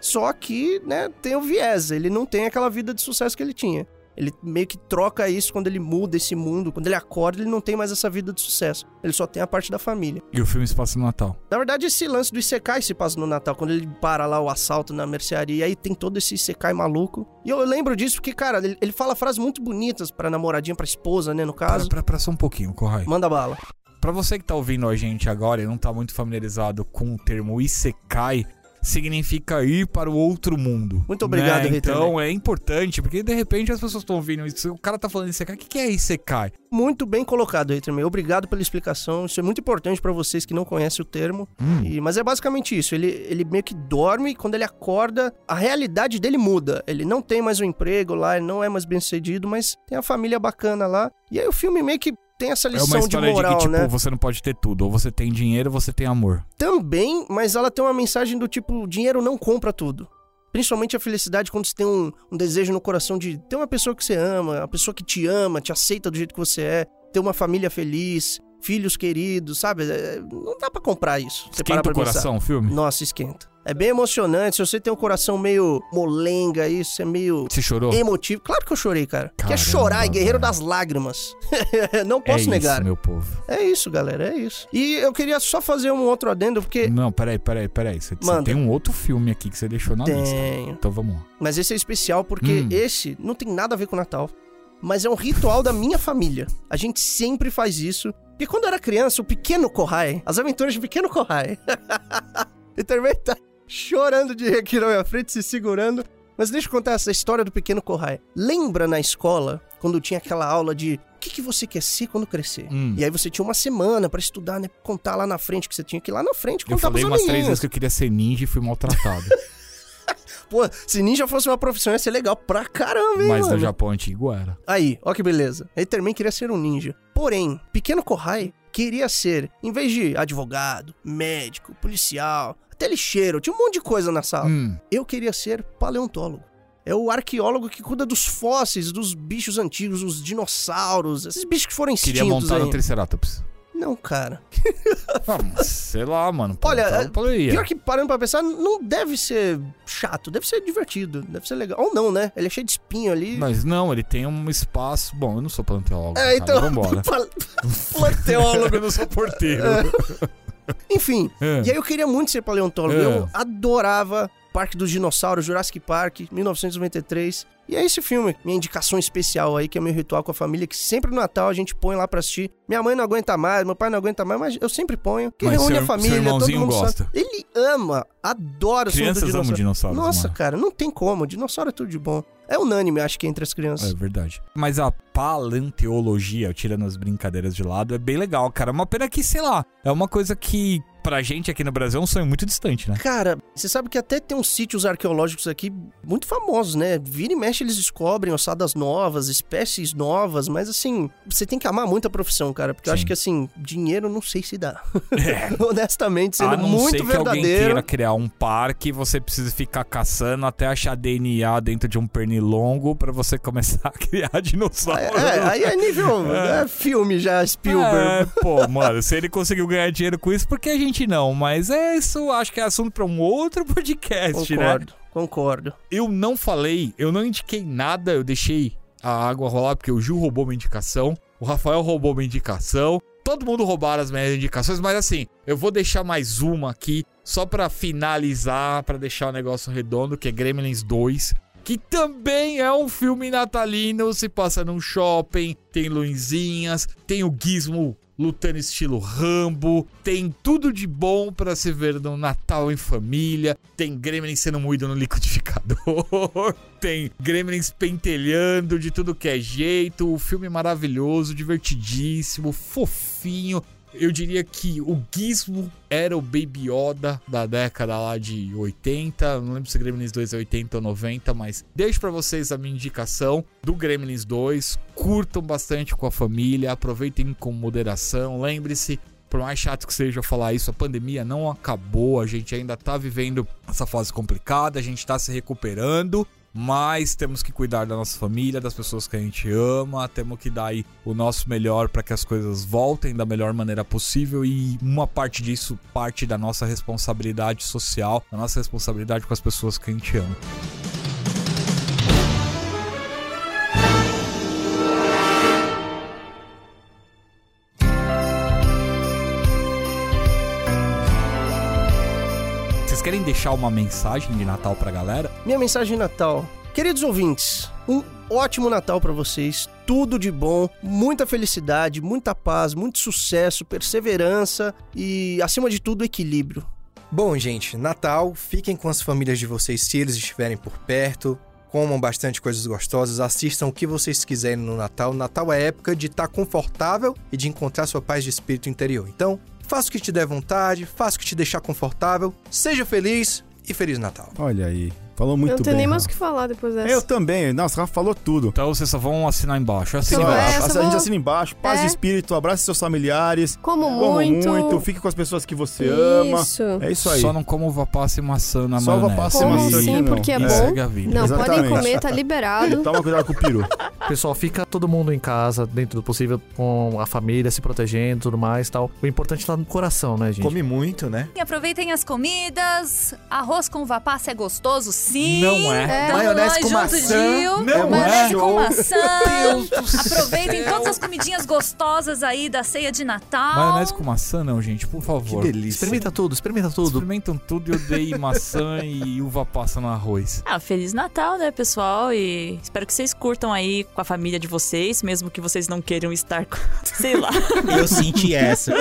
Só que, né, tem o viés, ele não tem aquela vida de sucesso que ele tinha. Ele meio que troca isso quando ele muda esse mundo, quando ele acorda, ele não tem mais essa vida de sucesso. Ele só tem a parte da família.
E o filme se passa no Natal.
Na verdade, esse lance do Isekai se passa no Natal, quando ele para lá o assalto na mercearia, e aí tem todo esse Isekai maluco. E eu lembro disso porque, cara, ele, ele fala frases muito bonitas pra namoradinha, pra esposa, né, no
Para,
caso.
para, para só um pouquinho, Corrai.
Manda bala.
Pra você que tá ouvindo a gente agora e não tá muito familiarizado com o termo Isekai, significa ir para o outro mundo.
Muito obrigado,
né?
Rei
Então é importante, porque de repente as pessoas estão ouvindo isso. O cara tá falando Isekai. O que, que é Isekai?
Muito bem colocado, Reiterman. Obrigado pela explicação. Isso é muito importante pra vocês que não conhecem o termo.
Hum.
E- mas é basicamente isso. Ele, ele meio que dorme e quando ele acorda, a realidade dele muda. Ele não tem mais um emprego lá, ele não é mais bem sucedido, mas tem a família bacana lá. E aí o filme meio que tem essa
É
lição
uma
de
história de,
moral,
que, tipo,
né?
você não pode ter tudo. Ou você tem dinheiro ou você tem amor.
Também, mas ela tem uma mensagem do tipo: dinheiro não compra tudo. Principalmente a felicidade quando você tem um, um desejo no coração de ter uma pessoa que você ama, uma pessoa que te ama, te aceita do jeito que você é, ter uma família feliz, filhos queridos, sabe? É, Não dá pra comprar isso. Você parar
Esquenta
pra
o coração, o filme?
Pensar. Nossa, esquenta. É bem emocionante. Se você tem um coração meio molenga, isso é meio
Você chorou?
emotivo. Claro que eu chorei, cara. que é
Caramba,
chorar, é guerreiro
velho.
das lágrimas. (laughs) não
é
posso
isso,
negar.
meu povo.
É isso, galera, é isso. E eu queria só fazer um outro adendo, porque
Não, peraí, peraí, peraí. Você, você
Manda.
tem um outro filme aqui que você deixou na lista.
tenho.
Então vamos lá.
Mas esse é especial porque
Hum.
esse não tem nada a ver com o Natal. Mas é um ritual da minha família. A gente sempre faz isso. Porque quando eu era criança, o pequeno Kohai, as aventuras de pequeno Kohai. (laughs) e também tá chorando de rir aqui na minha frente, se segurando. Mas deixa eu contar essa história do pequeno Kohai. Lembra na escola, quando tinha aquela aula de o que, que você quer ser quando crescer?
Hum.
E aí você tinha uma semana pra estudar, né? Contar lá na frente, que você tinha que ir lá na frente
Eu
contar
falei
pros
umas três
amiguinhos.
vezes que eu queria ser ninja e
(laughs)
fui maltratado.
Pô, se ninja fosse uma profissão, ia ser legal pra caramba, hein,
Mas
mano?
no Japão antigo era.
Aí, ó que beleza. Ele também queria ser um ninja. Porém, pequeno Kohai queria ser, em vez de advogado, médico, policial, até lixeiro, tinha um monte de coisa na sala.
Hum.
Eu queria ser paleontólogo. É o arqueólogo que cuida dos fósseis, dos bichos antigos, os dinossauros, esses bichos que foram extintos
Queria montar
aí.
no Triceratops.
Não, cara.
Ah, mas sei lá, mano.
Olha,
então,
é-
poderia.
Pior que parando pra pensar, não deve ser chato, deve ser divertido, deve ser legal. Ou não, né? Ele é cheio de espinho ali.
Mas não, ele tem um espaço. Bom, eu não sou planteólogo.
É, então.
Cara,
(laughs)
vambora. É
Planteólogo.
eu não sou (laughs) porteiro. (laughs)
Enfim,
É.
E aí eu queria muito ser paleontólogo.
É.
Eu adorava Parque dos Dinossauros, Jurassic Park, 1993. E é esse filme, minha indicação especial aí, que é meu ritual com a família, que sempre no Natal a gente põe lá pra assistir. Minha mãe não aguenta mais, meu pai não aguenta mais, mas eu sempre ponho. Que
Mas
reúne
seu-
a família,
seu
todo
irmãozinho
mundo
gosta.
sabe. Ele ama, adora o som do
Crianças amam
dinossauro.
dinossauros.
Nossa,
mano.
cara, não tem como. Dinossauro é tudo de bom. É unânime, acho que, entre as crianças.
É verdade. Mas a paleontologia, tirando as brincadeiras de lado, é bem legal, cara. Uma pena que, sei lá, é uma coisa que pra gente aqui no Brasil é um sonho muito distante, né?
Cara, você sabe que até tem uns sítios arqueológicos aqui muito famosos, né? Vira e mexe eles descobrem ossadas novas, espécies novas, mas assim, você tem que amar muito a profissão, cara, porque eu
Sim. É.
acho que assim, dinheiro não sei se dá. (laughs) Honestamente, sendo
a não
muito
ser que alguém
verdadeiro.
queira criar um parque, você precisa ficar caçando até achar DNA dentro de um pernilongo pra você começar (laughs) a criar dinossauros.
É, aí é nível
(laughs)
né, filme já, Spielberg.
É, pô, mano, se ele conseguiu ganhar dinheiro com isso, por que a gente não? Mas é isso, acho que é assunto pra um outro (laughs) podcast, né?
concordo, concordo.
Eu não falei, eu não indiquei nada, eu deixei a água rolar porque o Gil roubou minha indicação, o Rafael roubou minha indicação, todo mundo roubaram as minhas indicações, mas assim, eu vou deixar mais uma aqui só pra finalizar, pra deixar o negócio redondo, que é Gremlins 2. Que também é um filme natalino, se passa num shopping, tem luzinhas, tem o Gizmo lutando estilo Rambo, tem tudo de bom pra se ver no Natal em família, tem Gremlins sendo moído no liquidificador, (laughs) tem Gremlins pentelhando de tudo que é jeito, o filme é maravilhoso, divertidíssimo, fofinho. Eu diria que o Gizmo era o Baby Yoda da década lá de 80, não lembro se Gremlins 2 é 80 ou 90, mas deixo pra vocês a minha indicação do Gremlins 2. Curtam bastante com a família, aproveitem com moderação. Lembre-se, por mais chato que seja eu falar isso, a pandemia não acabou, a gente ainda tá vivendo essa fase complicada, a gente tá se recuperando, mas temos que cuidar da nossa família, das pessoas que a gente ama, temos que dar aí o nosso melhor para que as coisas voltem da melhor maneira possível e uma parte disso parte da nossa responsabilidade social, da nossa responsabilidade com as pessoas que a gente ama. Vocês querem deixar uma mensagem de Natal pra galera?
Minha mensagem de Natal. Queridos ouvintes, um ótimo Natal pra vocês. Tudo de bom, muita felicidade, muita paz, muito sucesso, perseverança e, acima de tudo, equilíbrio.
Bom, gente, Natal, fiquem com as famílias de vocês se eles estiverem por perto. Comam bastante coisas gostosas, assistam o que vocês quiserem no Natal. Natal é a época de estar confortável e de encontrar sua paz de espírito interior. Então, faça o que te der vontade, faça o que te deixar confortável, seja feliz e Feliz Natal.
Olha aí, falou muito
eu não tenho nem
bem.
mais o
Rafa.
que falar depois dessa.
Eu também. Nossa, Rafa falou tudo.
Então vocês só vão assinar embaixo. Assina
Só-
embaixo.
é,
a,
só
a gente
vou-
assina embaixo. Paz de
É.
espírito, abrace seus familiares. É,
Como
Como
muito.
muito. Fique com as pessoas que você ama.
Isso.
É isso aí.
Só não como uva passa e maçã na
Só uva
maionese.
passa e
Como
maçã,
sim,
não.
porque é
E
bom.
segue a vida.
Não, podem
Exatamente.
comer, tá liberado.
Toma cuidado com o peru.
Pessoal, fica todo mundo em casa, dentro do possível, com a família, se protegendo e tudo mais tal. O importante tá no coração, né, gente?
Come muito, né?
E Aproveitem as comidas. Arroz com uva passa é gostoso, sim.
Não é.
É.
Maionese com
Tamo lá junto,
maçã.
Gil.
Não
Maionese
é.
com maçã.
Deus do
Aproveitem
céu.
todas as comidinhas gostosas aí da ceia de Natal.
Maionese com maçã, não, gente, por
Que
favor.
delícia.
Experimenta tudo, experimenta tudo.
Experimentam tudo e odeiem
(laughs)
maçã e uva passa no arroz.
Ah, Feliz Natal, né, pessoal? E espero que vocês curtam aí com a família de vocês, mesmo que vocês não queiram estar (laughs) com. Sei lá.
Eu senti essa.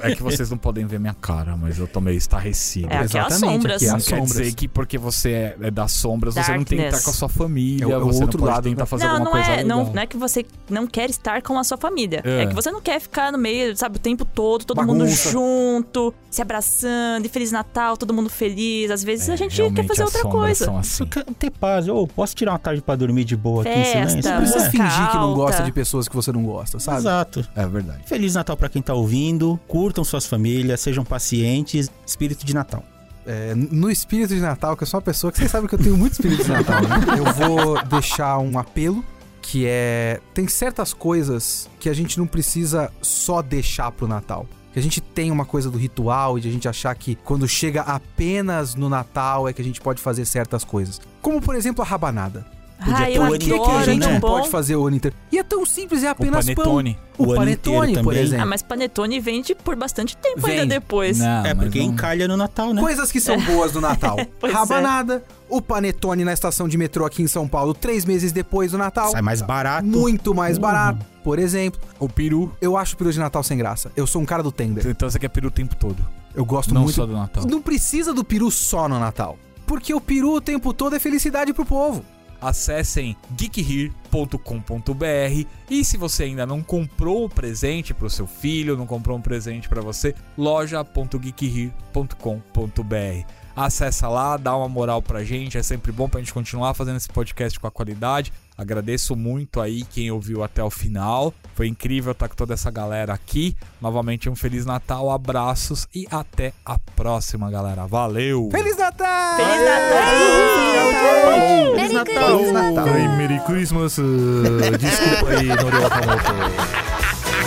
É que vocês não podem ver minha cara, mas eu tô meio estarrecido.
É aquelas
Exatamente,
sombras.
aqui é
Não
as
quer
sombras.
dizer que porque você é, é das sombras, você não tem que estar
Darkness.
com a sua família,
É o- é o
você
outro
não pode
lado,
tentar
né?
fazer
não,
tá alguma
não
coisa
é, não,
legal.
não é que você não quer estar com a sua família.
É.
É, que você não quer ficar no meio, sabe, o tempo todo, todo mundo
Bagunça.
junto, se abraçando, e Feliz Natal, todo mundo feliz. Às vezes
É,
a gente quer
realmente,
fazer
as
outra
sombras
coisa.
são assim.
Eu quero ter paz. Eu posso tirar uma tarde pra dormir de boa aqui em
Festa,
silêncio?
Tá,
Não
Não precisa
música
fingir que não gosta
alta.
de pessoas que você não gosta, sabe?
Exato.
É verdade.
Feliz Natal pra quem tá ouvindo. Curtam suas famílias, sejam pacientes. Espírito de Natal.
É, no espírito de Natal, que eu sou uma pessoa que vocês sabem que eu tenho muito espírito de Natal, né? Eu vou deixar um apelo que é tem certas coisas que a gente não precisa só deixar pro Natal. Que a gente tem uma coisa do ritual e de a gente achar que quando chega apenas no Natal é que a gente pode fazer certas coisas. Como por exemplo a rabanada.
Ah, eu
Por
adoro,
que que a
é
gente
tão
não
bom.
Pode fazer o ano inteiro. E é tão simples, é
O
apenas pão.
panetone.
O,
O ano
panetone,
inteiro
por
também.
exemplo.
Ah, mas panetone vende por bastante tempo
Vende.
ainda depois.
Não,
é
mas
porque
não-
encalha no Natal, né?
Coisas que são boas do Natal.
Pois (laughs) é.
Rabanada, o panetone na estação de metrô aqui em São Paulo, três meses depois do Natal.
Sai mais barato.
Muito mais barato, por exemplo.
Uhum. O peru.
Eu acho o peru de Natal sem graça. Eu sou um cara do Tender.
Então você quer peru o tempo todo.
Eu gosto
não
muito.
só do Natal.
Não precisa do peru só no Natal. Porque o peru o tempo todo é felicidade pro povo.
acessem geekhere.com.br e se você ainda não comprou o presente para o seu filho, não comprou um presente para você, loja.geekhere.com.br. Acessa lá, dá uma moral pra gente, é sempre bom pra gente continuar fazendo esse podcast com a qualidade. Agradeço muito aí quem ouviu até o final. Foi incrível estar com toda essa galera aqui. Novamente um feliz Natal, abraços e até a próxima, galera. Valeu.
Feliz Natal!
Feliz Natal!
Merry
Falou. Ai, Merry Christmas. eh, Desculpa aí, Noriel Ramoto.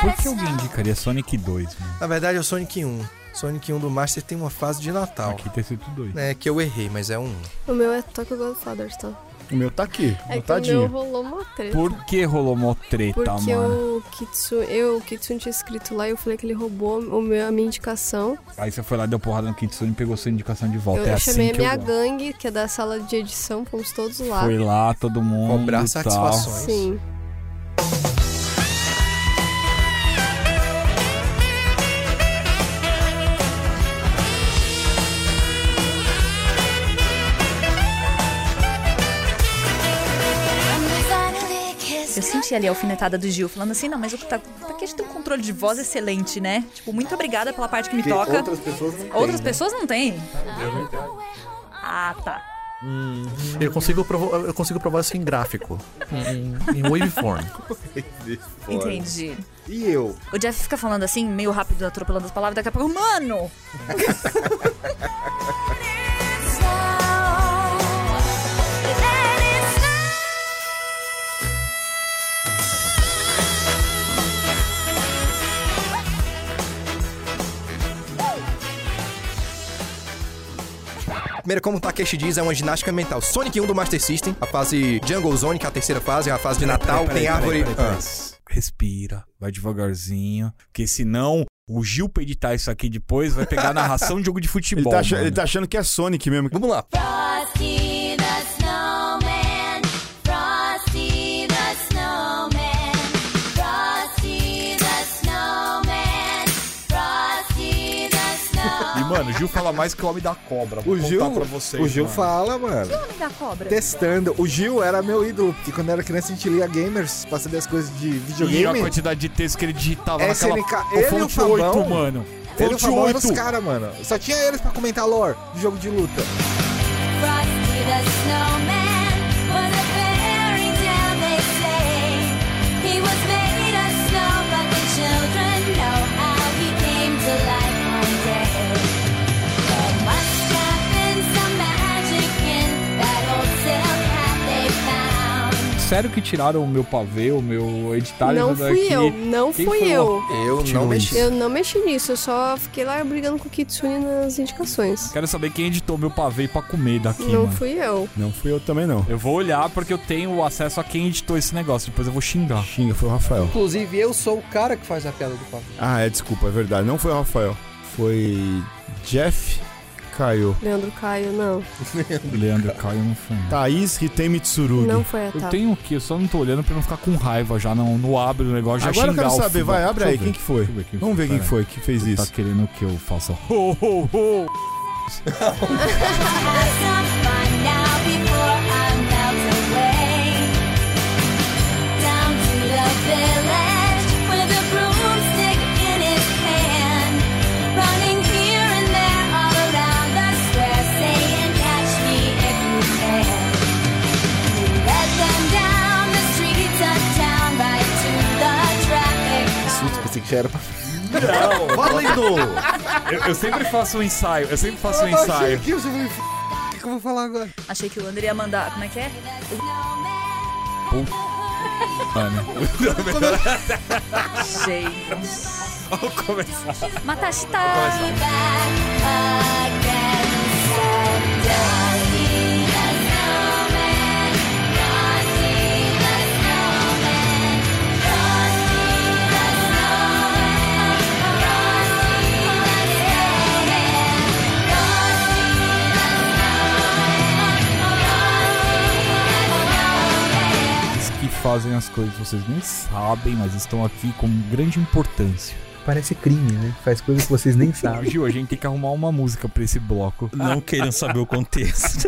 Por que alguém indicaria Sonic 2, mano?
Na verdade, é o Sonic 1. Sonic 1 do Master tem uma fase de Natal.
Aqui tem sido 2.
É que eu errei, mas é um.
O meu é Tokyo Godfathers, tá?
O meu tá aqui,
É que o meu
botadinho.
rolou uma treta.
Por que rolou mó treta,
Porque
mano?
o Kitsune, eu, o Kitsune tinha escrito lá e eu falei que ele roubou o meu, a minha indicação.
Aí você foi lá, deu porrada no Kitsune e pegou sua indicação de volta.
eu
é assim
chamei
que
a minha
eu... gosto.
gangue, que é da sala de edição, fomos todos lá.
Foi lá, todo mundo.
Cobrar
tal.
satisfações.
Sim.
Eu senti ali a alfinetada do Gil falando assim, não, mas o que tá. Porque a gente tem um controle de voz excelente, né? Tipo, muito obrigada pela parte que me toca. Outras
pessoas não
Outras pessoas não têm. Ah, tá.
Eu consigo, provo- eu consigo provar isso em gráfico, em, em
(laughs)
(laughs)
waveform.
Entendi.
E eu?
O Jeff fica falando assim, meio rápido, atropelando as palavras, daqui a pouco, mano!
primeira, como o Takeshi diz, é uma ginástica mental. Sonic 1 do Master System, a fase Jungle Zone, que é a terceira fase, é a fase de Natal,
Peraí,
tem
peraí,
árvore.
peraí, peraí.
Ah.
Respira, vai devagarzinho, porque senão o Gil pra editar isso aqui depois vai pegar a narração de jogo de futebol.
Ele tá, acha-
mano.
ele tá achando que é Sonic mesmo.
Vamos lá.
Frosty the Snowman. Frosty the Snowman. Frosty the Snowman. Frosty the
E,
Snowman.
mano, o Gil fala mais que o homem da cobra. Vou
O
contar
Gil,
pra vocês,
o Gil
mano.
fala, mano.
Homem da cobra.
Testando. O Gil era meu ídolo, porque quando eu era criança a gente lia gamers pra saber as coisas de
E a
videogame. É
quantidade de texto que ele digitava naquela...
SNK,
Pô,
ele e o
fonte 8,
Fabão.
mano.
Ele e o
Fonte
Fabão eram os
8.
caras, mano. Só tinha eles pra comentar lore de jogo de luta.
Frosty the Snowman was a fairy tale, they say. He was made of snow, but the children know how he came to life one day. There must have been some magic in that old silk hat they found.
Sério que tiraram o meu pavê, o meu edital
não
daqui?
fui eu, não
Quem
fui
falou?
eu.
Eu não mexi.
Eu não mexi nisso, eu só fiquei lá brigando com o Kitsune nas indicações.
Quero saber quem editou meu pavê pra comer daqui,
não
mano.
fui eu.
Não fui eu também, não.
Eu vou olhar porque eu tenho acesso a quem editou esse negócio, depois eu vou xingar.
Xinga, foi o Rafael.
Inclusive, eu sou o cara que faz a piada do papo.
Ah, é, desculpa, é verdade. Não foi o Rafael. Foi Jeff Caio.
Leandro Caio, não.
Leandro, caiu no fundo.
Thaís Riteimitsurugi.
Não foi tá. a
Eu
Tata.
tenho aqui, eu só não tô olhando pra não ficar com raiva já, não, não abre o negócio, já
Agora eu
xingar
quero
o
saber,
fubá.
vai, abre
Deixa
aí.
eu ver.
Quem que foi?
Deixa eu ver quem
Vamos ver quem
Pera
foi que fez
aí. Tá
isso.
querendo que eu faça
é.
ho, ho, ho.
Have some fun now before I melt away. Down to the village with a broomstick in his hand, running here and there all around the square, saying, "Catch me if you can." He led them down the streets of town right to the traffic.
Putz, pensei que já era pra
Valendo!
Eu, eu sempre faço um ensaio, eu sempre faço um
Eu achei
ensaio.
aqui, eu falei, "F***, O que que eu vou falar agora?
Achei que o André ia mandar. Como é que é?
(laughs)
Mano,
Gente.
vamos começar.
Matashi
Be
tá.
back again someday. The snowman, Frosty the snowman, Frosty the snowman, Frosty the snowman, Frosty the snowman, Frosty the snowman.
Os que fazem as coisas vocês nem sabem, mas estão aqui com grande importância.
Parece crime, né? Faz coisas que vocês
(laughs)
nem sabem.
Gil, a gente tem que arrumar uma música pra esse bloco.
Não queiram saber o contexto.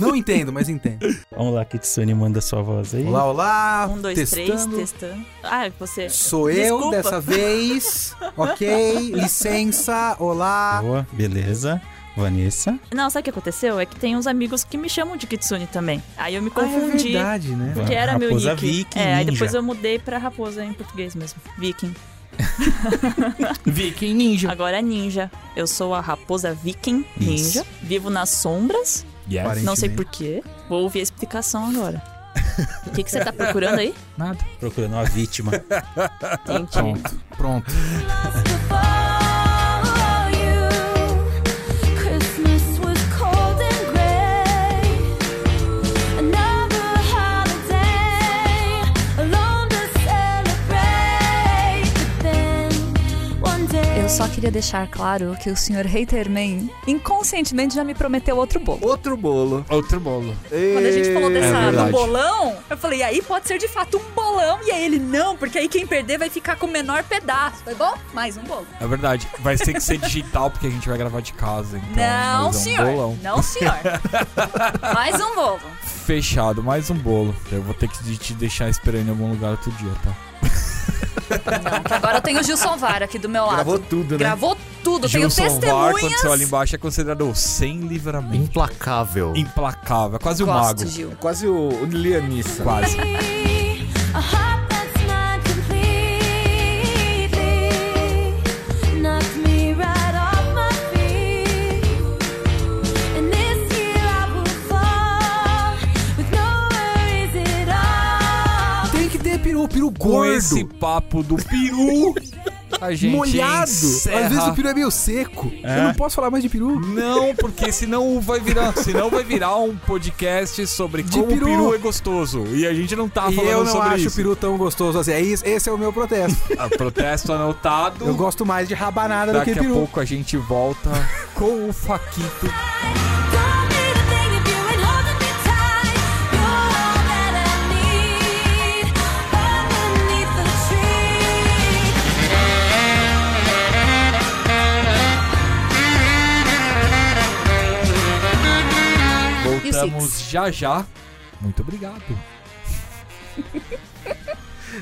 Não entendo, mas entendo.
(laughs) Vamos lá, Kitsune, manda sua voz aí.
Olá, olá.
Um, dois, três,
testando.
testando. Ah, você.
Sou eu
Desculpa.
dessa vez.
(laughs)
Ok. Licença. Olá.
Boa, beleza. Vanessa.
Não, sabe o que aconteceu? É que tem uns amigos que me chamam de Kitsune também. Aí eu me
Ah, é
confundi.
verdade, né?
porque era
Raposa
meu nick.
Viking,
é, aí
ninja.
depois eu mudei pra raposa em português mesmo. Viking.
Viking Ninja.
Agora é ninja. Eu sou a raposa viking ninja. Vivo nas sombras.
Yes.
Não sei porquê. Vou ouvir a explicação
(laughs)
agora. O que, que você tá procurando aí?
Nada.
Procurando uma vítima.
(laughs) Entendi.
Pronto.
Christmas was cold and gray. Another holiday alone to celebrate. But then one day.
Eu só queria deixar claro que o senhor Haterman inconscientemente já me prometeu outro bolo.
Outro bolo.
Outro bolo.
Quando a gente
É
falou dessa, do
verdade.
bolão, eu falei, aí pode ser de fato um bolão. E aí ele, não, porque aí quem perder vai ficar com o menor pedaço. Foi bom? Mais um bolo.
É verdade. Vai ter que ser digital porque a gente vai gravar de casa. Então,
não,
mas é um
senhor.
bolão.
Não, senhor. Mais um bolo.
(laughs) Fechado, mais um bolo. Eu vou ter que de- te deixar esperando em algum lugar outro dia, tá?
Agora tem o Gilson Vara aqui do meu lado.
Gravou tudo, né?
Gravou tudo, tenho
Gilson Var, quando você olha
testemunhas.
embaixo, é considerado sem livramento.
Implacável.
Implacável. É quase o
Gosto,
mago.
Gil.
Quase o, o Lianissa.
Quase.
A heart that's not completely knocked me right off my feet. And this year I will fall with no worries at all.
Tem que ter peru, peru
Com
gordo.
esse papo do peru, A gente
molhado.
encerra.
Às vezes o peru é meio seco.
É.
Eu não posso falar mais de peru.
Não, porque senão vai
(laughs)
virar, senão vai virar um podcast sobre como
peru.
o peru é gostoso. E a gente não tá
e
falando
eu não
sobre
acho o
isso.
peru tão gostoso assim. É isso, esse é o meu protesto.
Ah,
(laughs)
protesto anotado.
Eu gosto mais de rabanada do
Daqui
que
a
peru.
pouco a gente volta com o Faquito.
Don't be the thing if you ain't holding me tight. You're all that I need, underneath the tree.
Voltamos
Six?
já já. Muito obrigado.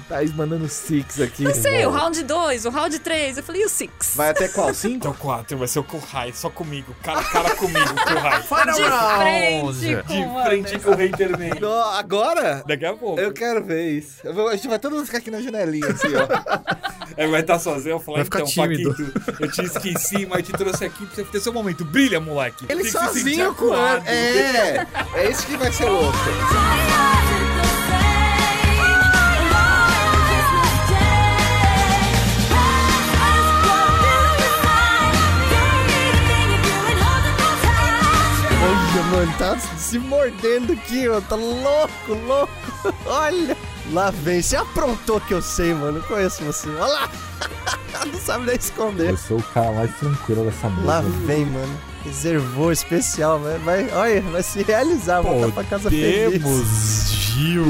Thaís mandando six aqui.
Não sei, o round 2, o round 3. Eu falei, e o 6?
Vai até
(laughs)
qual? Cinco?
Então, quatro vai ser o Kuhai, só comigo. Cara a cara
(laughs)
comigo, Kuhai.
De frente com o Anderson.
com o hater meio.
Não, agora?
Daqui a pouco.
Eu quero ver isso. Eu vou- a gente vai todo mundo ficar aqui na janelinha, assim, ó.
Aí É, vai estar sozinho, eu vou falar,
Vai ficar
então,
tímido.
Paquito, eu te esqueci, mas te trouxe aqui pra você ter seu momento. Brilha, moleque.
Ele
Tem que se sentir
sozinho com o
acuado.
Ana. É, é isso que vai ser louco.
Try not to go same. Alone Christmas Day. Promises blow through the sky. Don't be the thing if you ain't holding me tight.
Olha, mano, tá se mordendo aqui, ó. Tá louco, louco. (laughs) Olha. Lá vem. Você aprontou que eu sei, mano. Eu conheço você. Olha lá. (laughs) Não sabe nem esconder.
Eu sou o cara mais tranquilo dessa
Lá
mesa.
vem, mano. Reservou especial, né? Vai, olha, vai se realizar. Voltar pra casa feliz. (laughs)
Temos Gil.